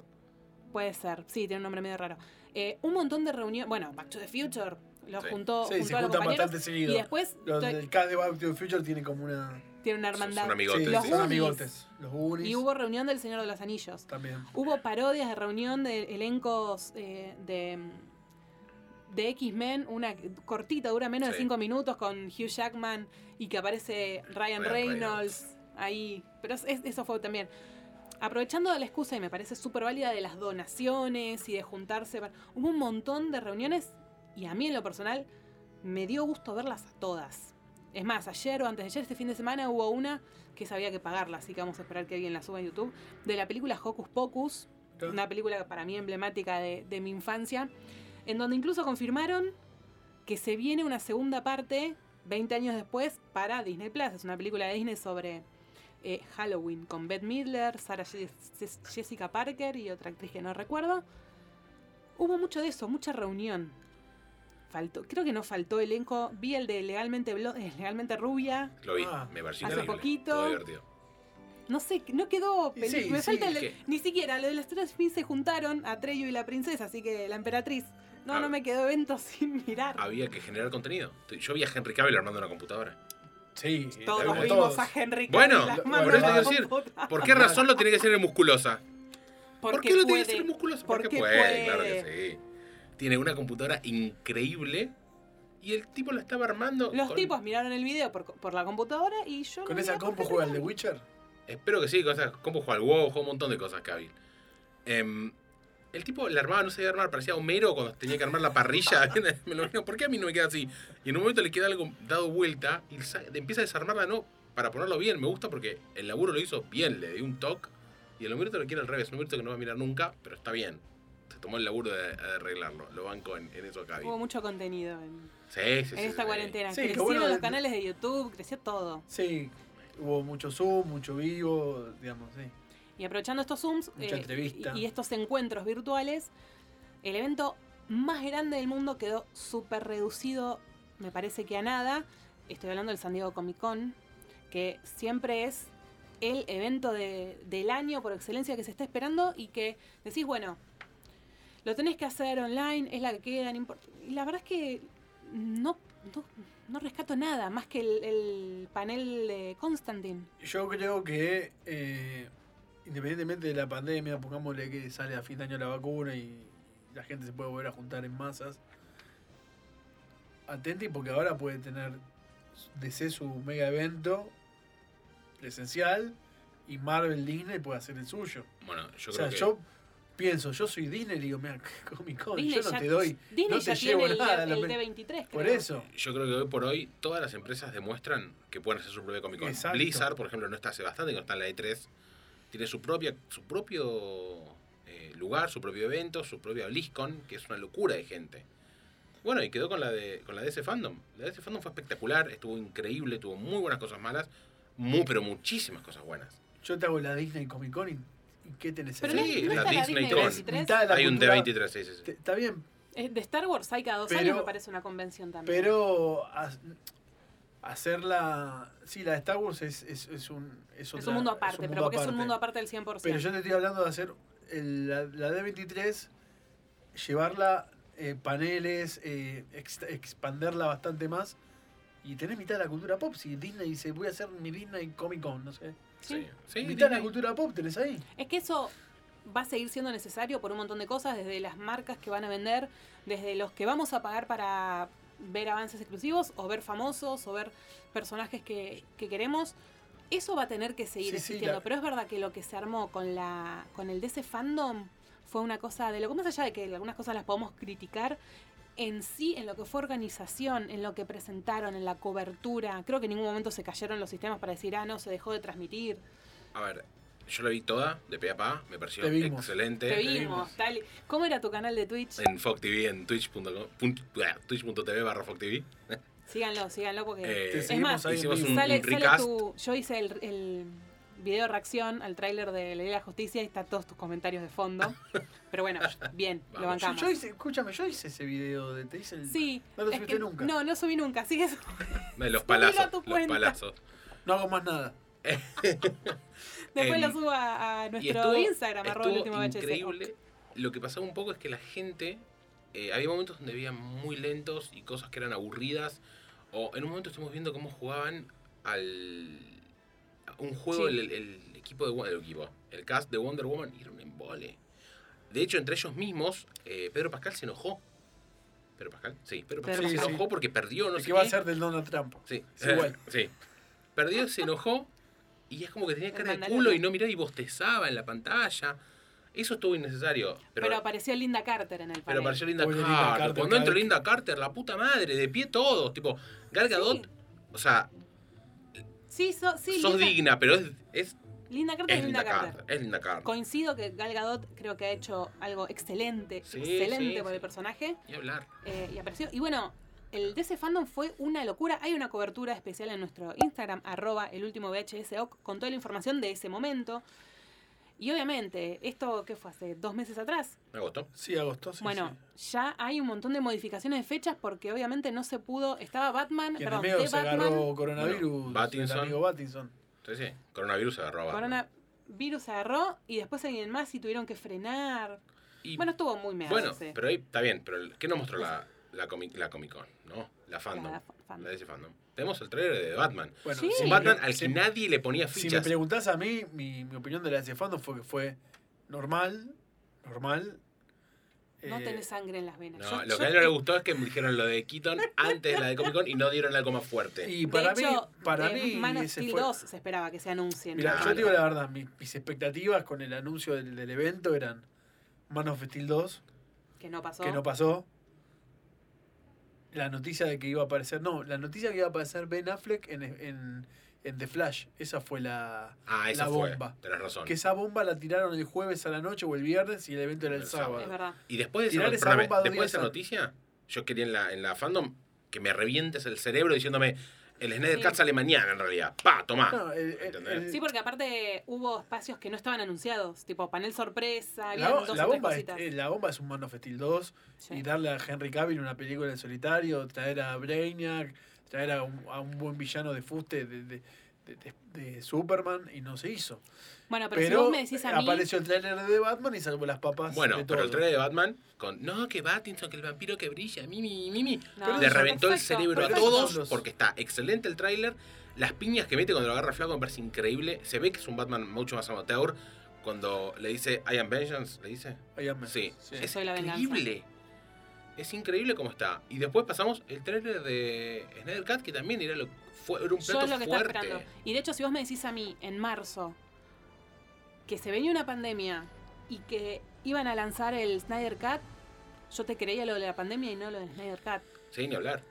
Speaker 1: puede ser, sí, tiene un nombre medio raro. Eh, un montón de reuniones, bueno, Back to the Future, los
Speaker 4: Sí.
Speaker 1: juntó,
Speaker 5: Sí,
Speaker 1: juntó
Speaker 5: se
Speaker 1: a los
Speaker 5: juntan
Speaker 1: compañeros,
Speaker 5: bastante
Speaker 1: y
Speaker 5: seguido.
Speaker 1: después
Speaker 5: Los
Speaker 1: to-
Speaker 5: del cast de Back to the Future tiene como una.
Speaker 1: tiene una
Speaker 4: Son- son
Speaker 1: hermandad.
Speaker 4: amigos. Amigotes,
Speaker 5: sí,
Speaker 1: Los
Speaker 5: son
Speaker 1: Goonies.
Speaker 5: amigotes. Los Goonies.
Speaker 1: Y hubo reunión del Señor de los Anillos.
Speaker 5: También.
Speaker 1: Hubo parodias de reunión de elencos eh, de, de X-Men, una cortita, dura menos de
Speaker 4: Sí.
Speaker 1: 5 minutos, con Hugh Jackman y que aparece Ryan,
Speaker 4: Ryan
Speaker 1: Reynolds, ahí. Pero es- es- eso fue también. Aprovechando la excusa, y me parece súper válida, de las donaciones y de juntarse. para- Hubo un montón de reuniones y a mí en lo personal me dio gusto verlas a todas. Es más, ayer o antes de ayer, este fin de semana, hubo una que sabía que pagarla, así que vamos a esperar que alguien la suba en YouTube, de la película Hocus Pocus,
Speaker 5: Claro.
Speaker 1: una película para mí emblemática de, de mi infancia, en donde incluso confirmaron que se viene una segunda parte 20 años después para Disney Plus. Es una película de Disney sobre eh, Halloween con Beth Midler, Sarah Je- Je- Jessica Parker y otra actriz que no recuerdo. Hubo mucho de eso, mucha reunión. Faltó, creo que no faltó elenco. Vi el de Legalmente, Blo- eh, Legalmente Rubia.
Speaker 4: Lo vi,
Speaker 5: Ah,
Speaker 4: me pareció
Speaker 1: hace
Speaker 4: increíble.
Speaker 1: poquito.
Speaker 4: Todo divertido.
Speaker 1: No sé, no quedó.
Speaker 5: Y
Speaker 1: peli-
Speaker 5: sí,
Speaker 1: me
Speaker 5: sí,
Speaker 1: falta
Speaker 4: es
Speaker 1: el-
Speaker 4: que-
Speaker 1: ni siquiera. Lo de las tres se juntaron a Treyo y la princesa, así que la emperatriz. No,
Speaker 4: Ah.
Speaker 1: no me quedó evento sin mirar.
Speaker 4: Había que generar contenido. Yo vi a Henry Cavill armando una computadora.
Speaker 5: Sí,
Speaker 1: Todos
Speaker 5: la
Speaker 4: Había
Speaker 1: vimos
Speaker 5: vimos
Speaker 1: a Henry
Speaker 4: Bueno,
Speaker 1: Cavill las
Speaker 5: por
Speaker 1: manos
Speaker 5: eso te
Speaker 1: en la
Speaker 4: quiero decir,
Speaker 1: compota.
Speaker 4: ¿Por qué razón lo tiene que hacer en musculosa? ¿Por
Speaker 1: Ah, Porque
Speaker 4: qué lo
Speaker 1: puede.
Speaker 4: tiene que hacer en musculosa?
Speaker 1: Porque
Speaker 4: Porque, puede,
Speaker 1: puede.
Speaker 4: claro que sí. Tiene una computadora increíble y el tipo la estaba armando.
Speaker 1: Los
Speaker 4: con-
Speaker 1: tipos miraron el video por, por la computadora y yo.
Speaker 5: Con
Speaker 1: lo
Speaker 5: esa
Speaker 1: miré por
Speaker 5: compu
Speaker 1: Henry
Speaker 5: juega el de Witcher.
Speaker 4: Espero que sí, cosas como juega al WoW, juega un montón de cosas, Cavill. Em, el tipo la armaba, no sabía armar, parecía Homero cuando tenía que armar la parrilla. me lo imagino, ¿por qué a mí no me queda así? Y en un momento le queda algo dado vuelta y sa- empieza a desarmarla, no, para ponerlo bien. Me gusta porque el laburo lo hizo bien, le dio un toque. Y el Homero lo quiere al revés, un Homero que no va a mirar nunca, pero está bien. Se tomó el laburo de, de arreglarlo, lo banco en, en eso a Cavill.
Speaker 1: Hubo mucho contenido en,
Speaker 4: Sí, sí, sí,
Speaker 1: en esta
Speaker 4: sí.
Speaker 1: cuarentena.
Speaker 5: Sí, qué
Speaker 1: Crecieron
Speaker 5: bueno.
Speaker 1: los canales de YouTube, creció todo.
Speaker 5: Sí, hubo mucho Zoom, mucho vivo, digamos, sí.
Speaker 1: Y aprovechando estos Zooms eh,
Speaker 5: Mucha entrevista.
Speaker 1: y, y estos encuentros virtuales, el evento más grande del mundo quedó súper reducido, me parece que a nada. Estoy hablando del San Diego Comic Con, que siempre es el evento de- del año por excelencia que se está esperando y que decís, bueno, lo tenés que hacer online, es la que queda, no importa. Y la verdad es que no, no, no rescato nada más que el, el panel de Constantine.
Speaker 5: Yo creo que, eh, independientemente de la pandemia, pongámosle que sale a fin de año la vacuna y la gente se puede volver a juntar en masas, atenti porque ahora puede tener DC su mega evento presencial y Marvel Disney puede hacer el suyo.
Speaker 4: Bueno, yo
Speaker 5: o
Speaker 4: creo
Speaker 5: sea,
Speaker 4: que.
Speaker 5: yo pienso, yo soy Disney y digo, mira, Comic Con,
Speaker 1: Disney
Speaker 5: yo no
Speaker 1: ya-
Speaker 5: te doy.
Speaker 1: Disney
Speaker 5: no te
Speaker 1: ya
Speaker 5: llevo
Speaker 1: tiene el,
Speaker 5: nada,
Speaker 1: el
Speaker 5: la pe-
Speaker 1: D23, creo.
Speaker 5: Por eso.
Speaker 4: Yo creo que hoy por hoy todas las empresas demuestran que pueden hacer su propio Comic Con.
Speaker 5: Exacto.
Speaker 4: Blizzard, por ejemplo, no está hace bastante, que no está en la E3. Tiene su propia, su propio eh, lugar, su propio evento, su propia BlizzCon, que es una locura de gente. Bueno, y quedó con la de con la de ese fandom. La de ese fandom fue espectacular, estuvo increíble, tuvo muy buenas cosas malas, muy, pero muchísimas cosas buenas.
Speaker 5: Yo te hago la Disney Comic Con y, y ¿qué te necesito?
Speaker 1: Pero no,
Speaker 4: Sí,
Speaker 1: es- no
Speaker 4: la
Speaker 1: está la
Speaker 4: Disney
Speaker 1: Disney
Speaker 4: Con.
Speaker 1: 23.
Speaker 5: Mitad de la
Speaker 4: Hay un
Speaker 5: cultura-
Speaker 4: D23, sí, sí, sí.
Speaker 5: Te- Está bien,
Speaker 1: Eh, De Star Wars hay cada dos
Speaker 5: Pero-
Speaker 1: años, me parece una convención también.
Speaker 5: pero ha- hacerla... Sí, la de Star Wars es, es, es un... Es,
Speaker 1: es
Speaker 5: otra-
Speaker 1: un mundo aparte, pero porque es un
Speaker 5: aparte.
Speaker 1: mundo aparte del 100%.
Speaker 5: Pero yo te estoy hablando de hacer el- la, la D23, llevarla eh, paneles, eh, ex- expanderla bastante más. Y tenés mitad de la cultura pop. Si Disney dice, voy a hacer mi Disney Comic Con, no sé.
Speaker 4: Sí, sí,
Speaker 5: mitad de la
Speaker 4: Disney.
Speaker 5: cultura pop tenés ahí.
Speaker 1: Es que eso va a seguir siendo necesario por un montón de cosas, desde las marcas que van a vender, desde los que vamos a pagar para ver avances exclusivos o ver famosos o ver personajes que, que queremos. Eso va a tener que seguir
Speaker 5: Sí, sí,
Speaker 1: existiendo,
Speaker 5: la-
Speaker 1: pero es verdad que lo que se armó con la con el DC fandom fue una cosa de lo que más allá de que algunas cosas las podemos criticar, en sí, en lo que fue organización, en lo que presentaron, en la cobertura, creo que en ningún momento se cayeron los sistemas para decir, ah, no, se dejó de transmitir.
Speaker 4: A ver, yo la vi toda, de pe a pa, me pareció
Speaker 5: Te vimos.
Speaker 4: excelente.
Speaker 1: Te
Speaker 5: vimos.
Speaker 1: vimos, tal. ¿Cómo era tu canal de Twitch?
Speaker 4: En Fog TV, en twitch.com, pun- ah, twitch.tv barra Fog TV.
Speaker 1: Síganlo, síganlo porque...
Speaker 4: Eh,
Speaker 5: Te
Speaker 1: es
Speaker 5: seguimos
Speaker 1: más,
Speaker 5: ahí en
Speaker 4: hicimos
Speaker 5: vivo.
Speaker 4: un-
Speaker 1: sale, sale
Speaker 4: recast.
Speaker 1: tu... Yo hice el, el video de reacción al tráiler de La Ley de la Justicia y está todos tus comentarios de fondo. Pero bueno, bien, lo
Speaker 4: Vamos.
Speaker 5: Yo,
Speaker 1: bancamos.
Speaker 5: yo hice, escúchame, yo hice ese video de te hice el-
Speaker 1: Sí.
Speaker 5: No lo
Speaker 1: es
Speaker 5: subiste
Speaker 1: que-
Speaker 5: nunca.
Speaker 1: No, no subí nunca, así que eso-
Speaker 4: Los
Speaker 1: a
Speaker 4: palazos,
Speaker 1: tu
Speaker 4: los
Speaker 1: cuenta.
Speaker 4: palazos.
Speaker 5: No hago más nada.
Speaker 1: después
Speaker 4: Em,
Speaker 1: lo subo a, a
Speaker 4: Y
Speaker 1: nuestro
Speaker 4: estuvo-
Speaker 1: Instagram, arroba el
Speaker 4: estuvo
Speaker 1: último VHS.
Speaker 4: increíble. Lo que pasaba un poco es que la gente, eh, había momentos donde veían muy lentos y cosas que eran aburridas. O en un momento estuvimos viendo cómo jugaban al a un juego
Speaker 1: Sí.
Speaker 4: el, el- el equipo de Wo- el equipo, el cast de Wonder Woman y era un embole. De hecho, entre ellos mismos, eh, Pedro Pascal se enojó. Pedro Pascal, sí, Pedro
Speaker 1: Pedro
Speaker 4: Pascal se
Speaker 5: Pascal.
Speaker 4: enojó porque perdió, no
Speaker 5: El
Speaker 4: sé
Speaker 5: que va a
Speaker 4: qué.
Speaker 5: ser del Donald Trump.
Speaker 4: Sí,
Speaker 5: Es igual.
Speaker 4: sí. Perdió, se enojó y es como que tenía
Speaker 1: El
Speaker 4: cara de
Speaker 1: Mandalorian.
Speaker 4: culo y no miraba y bostezaba en la pantalla. Eso estuvo innecesario.
Speaker 1: Pero,
Speaker 4: Pero, pero,
Speaker 1: apareció Linda Carter en el panel.
Speaker 4: apareció Linda
Speaker 5: Oye,
Speaker 4: Carter.
Speaker 5: Linda Carter,
Speaker 4: Cuando entró
Speaker 5: cada-
Speaker 4: Linda Carter, la puta madre, de pie todos. Tipo, Gal Gadot,
Speaker 1: Sí.
Speaker 4: o sea,
Speaker 1: Sí, so- sí
Speaker 4: sos
Speaker 1: Linda,
Speaker 4: digna, pero es, es,
Speaker 1: Linda Carter
Speaker 4: es
Speaker 1: y Linda,
Speaker 4: Linda
Speaker 1: Carter.
Speaker 4: Carter. Es Linda Carter.
Speaker 1: Coincido que Gal Gadot creo que ha hecho algo excelente,
Speaker 4: Sí,
Speaker 1: excelente
Speaker 4: sí,
Speaker 1: por
Speaker 4: sí.
Speaker 1: el personaje.
Speaker 4: Ni hablar.
Speaker 1: eh, y apareció. Y bueno, el de ese fandom fue una locura. Hay una cobertura especial en nuestro Instagram, arroba el último VHSOC, con toda la información de ese momento. Y obviamente, esto que fue hace dos meses atrás,
Speaker 4: Me gustó.
Speaker 5: Sí, agosto. sí,
Speaker 1: bueno,
Speaker 5: sí.
Speaker 1: ya hay un montón de modificaciones de fechas porque obviamente no se pudo. Estaba Batman,
Speaker 5: Y en el
Speaker 1: perdón,
Speaker 5: medio
Speaker 1: de
Speaker 5: se
Speaker 1: Batman.
Speaker 5: agarró coronavirus.
Speaker 4: Bueno, Pattinson.
Speaker 5: El amigo Batinson.
Speaker 4: Sí, sí. Coronavirus agarró a Batman.
Speaker 1: Coronavirus agarró y después alguien más y tuvieron que frenar.
Speaker 4: Y-
Speaker 1: Bueno, estuvo muy medio.
Speaker 4: bueno,
Speaker 1: ese.
Speaker 4: pero ahí está bien. Pero el- ¿Qué nos mostró la, la, comic, la Comic Con? ¿No? La fandom.
Speaker 1: La
Speaker 4: La,
Speaker 1: fandom.
Speaker 4: DC Fandom. Tenemos el trailer de Batman.
Speaker 5: Bueno,
Speaker 1: Sí.
Speaker 4: Un
Speaker 1: Si
Speaker 4: Batman
Speaker 5: me-
Speaker 4: al que
Speaker 5: si-
Speaker 4: nadie le ponía
Speaker 5: Si me
Speaker 4: fichas.
Speaker 5: preguntás a mí, mi, mi opinión de la de Fandom fue que fue normal, normal.
Speaker 1: No
Speaker 5: eh,
Speaker 1: tenés sangre en las venas.
Speaker 4: No,
Speaker 1: Yo-
Speaker 4: lo
Speaker 1: yo-
Speaker 4: que a él no le gustó es que me dijeron lo de Keaton antes de la de Comic Con y no dieron la coma fuerte.
Speaker 5: Y
Speaker 1: de
Speaker 5: para mí,
Speaker 1: hecho,
Speaker 5: para
Speaker 1: de
Speaker 5: mí
Speaker 1: Man of
Speaker 5: ese
Speaker 1: Steel
Speaker 5: fue-
Speaker 1: 2 se esperaba que se anuncie.
Speaker 5: Mira,
Speaker 4: Claro.
Speaker 5: yo te digo la verdad, mi- mis, expectativas con el anuncio del, del evento eran Man of Steel 2,
Speaker 1: que no pasó.
Speaker 5: que no pasó. La noticia de que iba a aparecer, no, la noticia que iba a aparecer Ben Affleck en, en, en The Flash, esa fue la,
Speaker 4: ah, esa
Speaker 5: la
Speaker 4: fue.
Speaker 5: bomba.
Speaker 4: Tenés razón.
Speaker 5: Que esa bomba la tiraron el jueves a la noche o el viernes y el evento era el,
Speaker 4: El sábado.
Speaker 5: sábado.
Speaker 1: es verdad.
Speaker 4: Y después de esa,
Speaker 5: Tirar
Speaker 4: no-
Speaker 5: esa
Speaker 4: perdóname,
Speaker 5: bomba dos
Speaker 4: después de
Speaker 5: días
Speaker 4: esa
Speaker 5: antes.
Speaker 4: noticia, yo quería en la, en la fandom que me revientes el cerebro diciéndome el Snyder
Speaker 1: Sí.
Speaker 4: Cut sale mañana en realidad. Pa, tomá.
Speaker 5: No, el- el-
Speaker 4: ¿Entendés?
Speaker 5: el-
Speaker 1: Sí, porque aparte hubo espacios que no estaban anunciados, tipo panel sorpresa, había
Speaker 5: La,
Speaker 1: dos o
Speaker 5: la
Speaker 1: tres
Speaker 5: bomba es,
Speaker 1: cositas.
Speaker 5: eh, la bomba es un Man of Steel 2
Speaker 1: Sí.
Speaker 5: y darle a Henry Cavill una película en solitario, traer a Brainiac, traer a un, a un buen villano de fuste de, de- de- de- de Superman y no se hizo.
Speaker 1: Bueno, pero,
Speaker 5: Pero,
Speaker 1: si vos me decís a mí,
Speaker 5: apareció el tráiler de Batman y salvó las papas.
Speaker 4: bueno,
Speaker 5: de
Speaker 4: pero el
Speaker 5: todo.
Speaker 4: trailer de Batman con no, que Battinson, que el vampiro que brilla, mimi, mimi.
Speaker 1: No.
Speaker 4: Le
Speaker 5: Pero eso-
Speaker 4: reventó el
Speaker 1: perfecto,
Speaker 4: cerebro
Speaker 5: perfecto.
Speaker 4: a todos
Speaker 5: Son los-
Speaker 4: porque está excelente el tráiler. Las piñas que mete cuando lo agarra flaco me parece increíble. Se ve que es un Batman mucho más amateur. Cuando le dice I am vengeance, le dice.
Speaker 5: Ahí amé.
Speaker 4: Sí, es
Speaker 1: Soy la venganza.
Speaker 4: increíble. Es increíble cómo está. Y después pasamos el trailer de Snyder Cut, que también era, lo, fue, era un
Speaker 1: yo
Speaker 4: plato
Speaker 1: es lo que
Speaker 4: fuerte.
Speaker 1: estaba esperando. Y de hecho, si vos me decís a mí en marzo que se venía una pandemia y que iban a lanzar el Snyder Cut, yo te creía lo de la pandemia y no lo del Snyder Cut.
Speaker 4: Sí, ni hablar.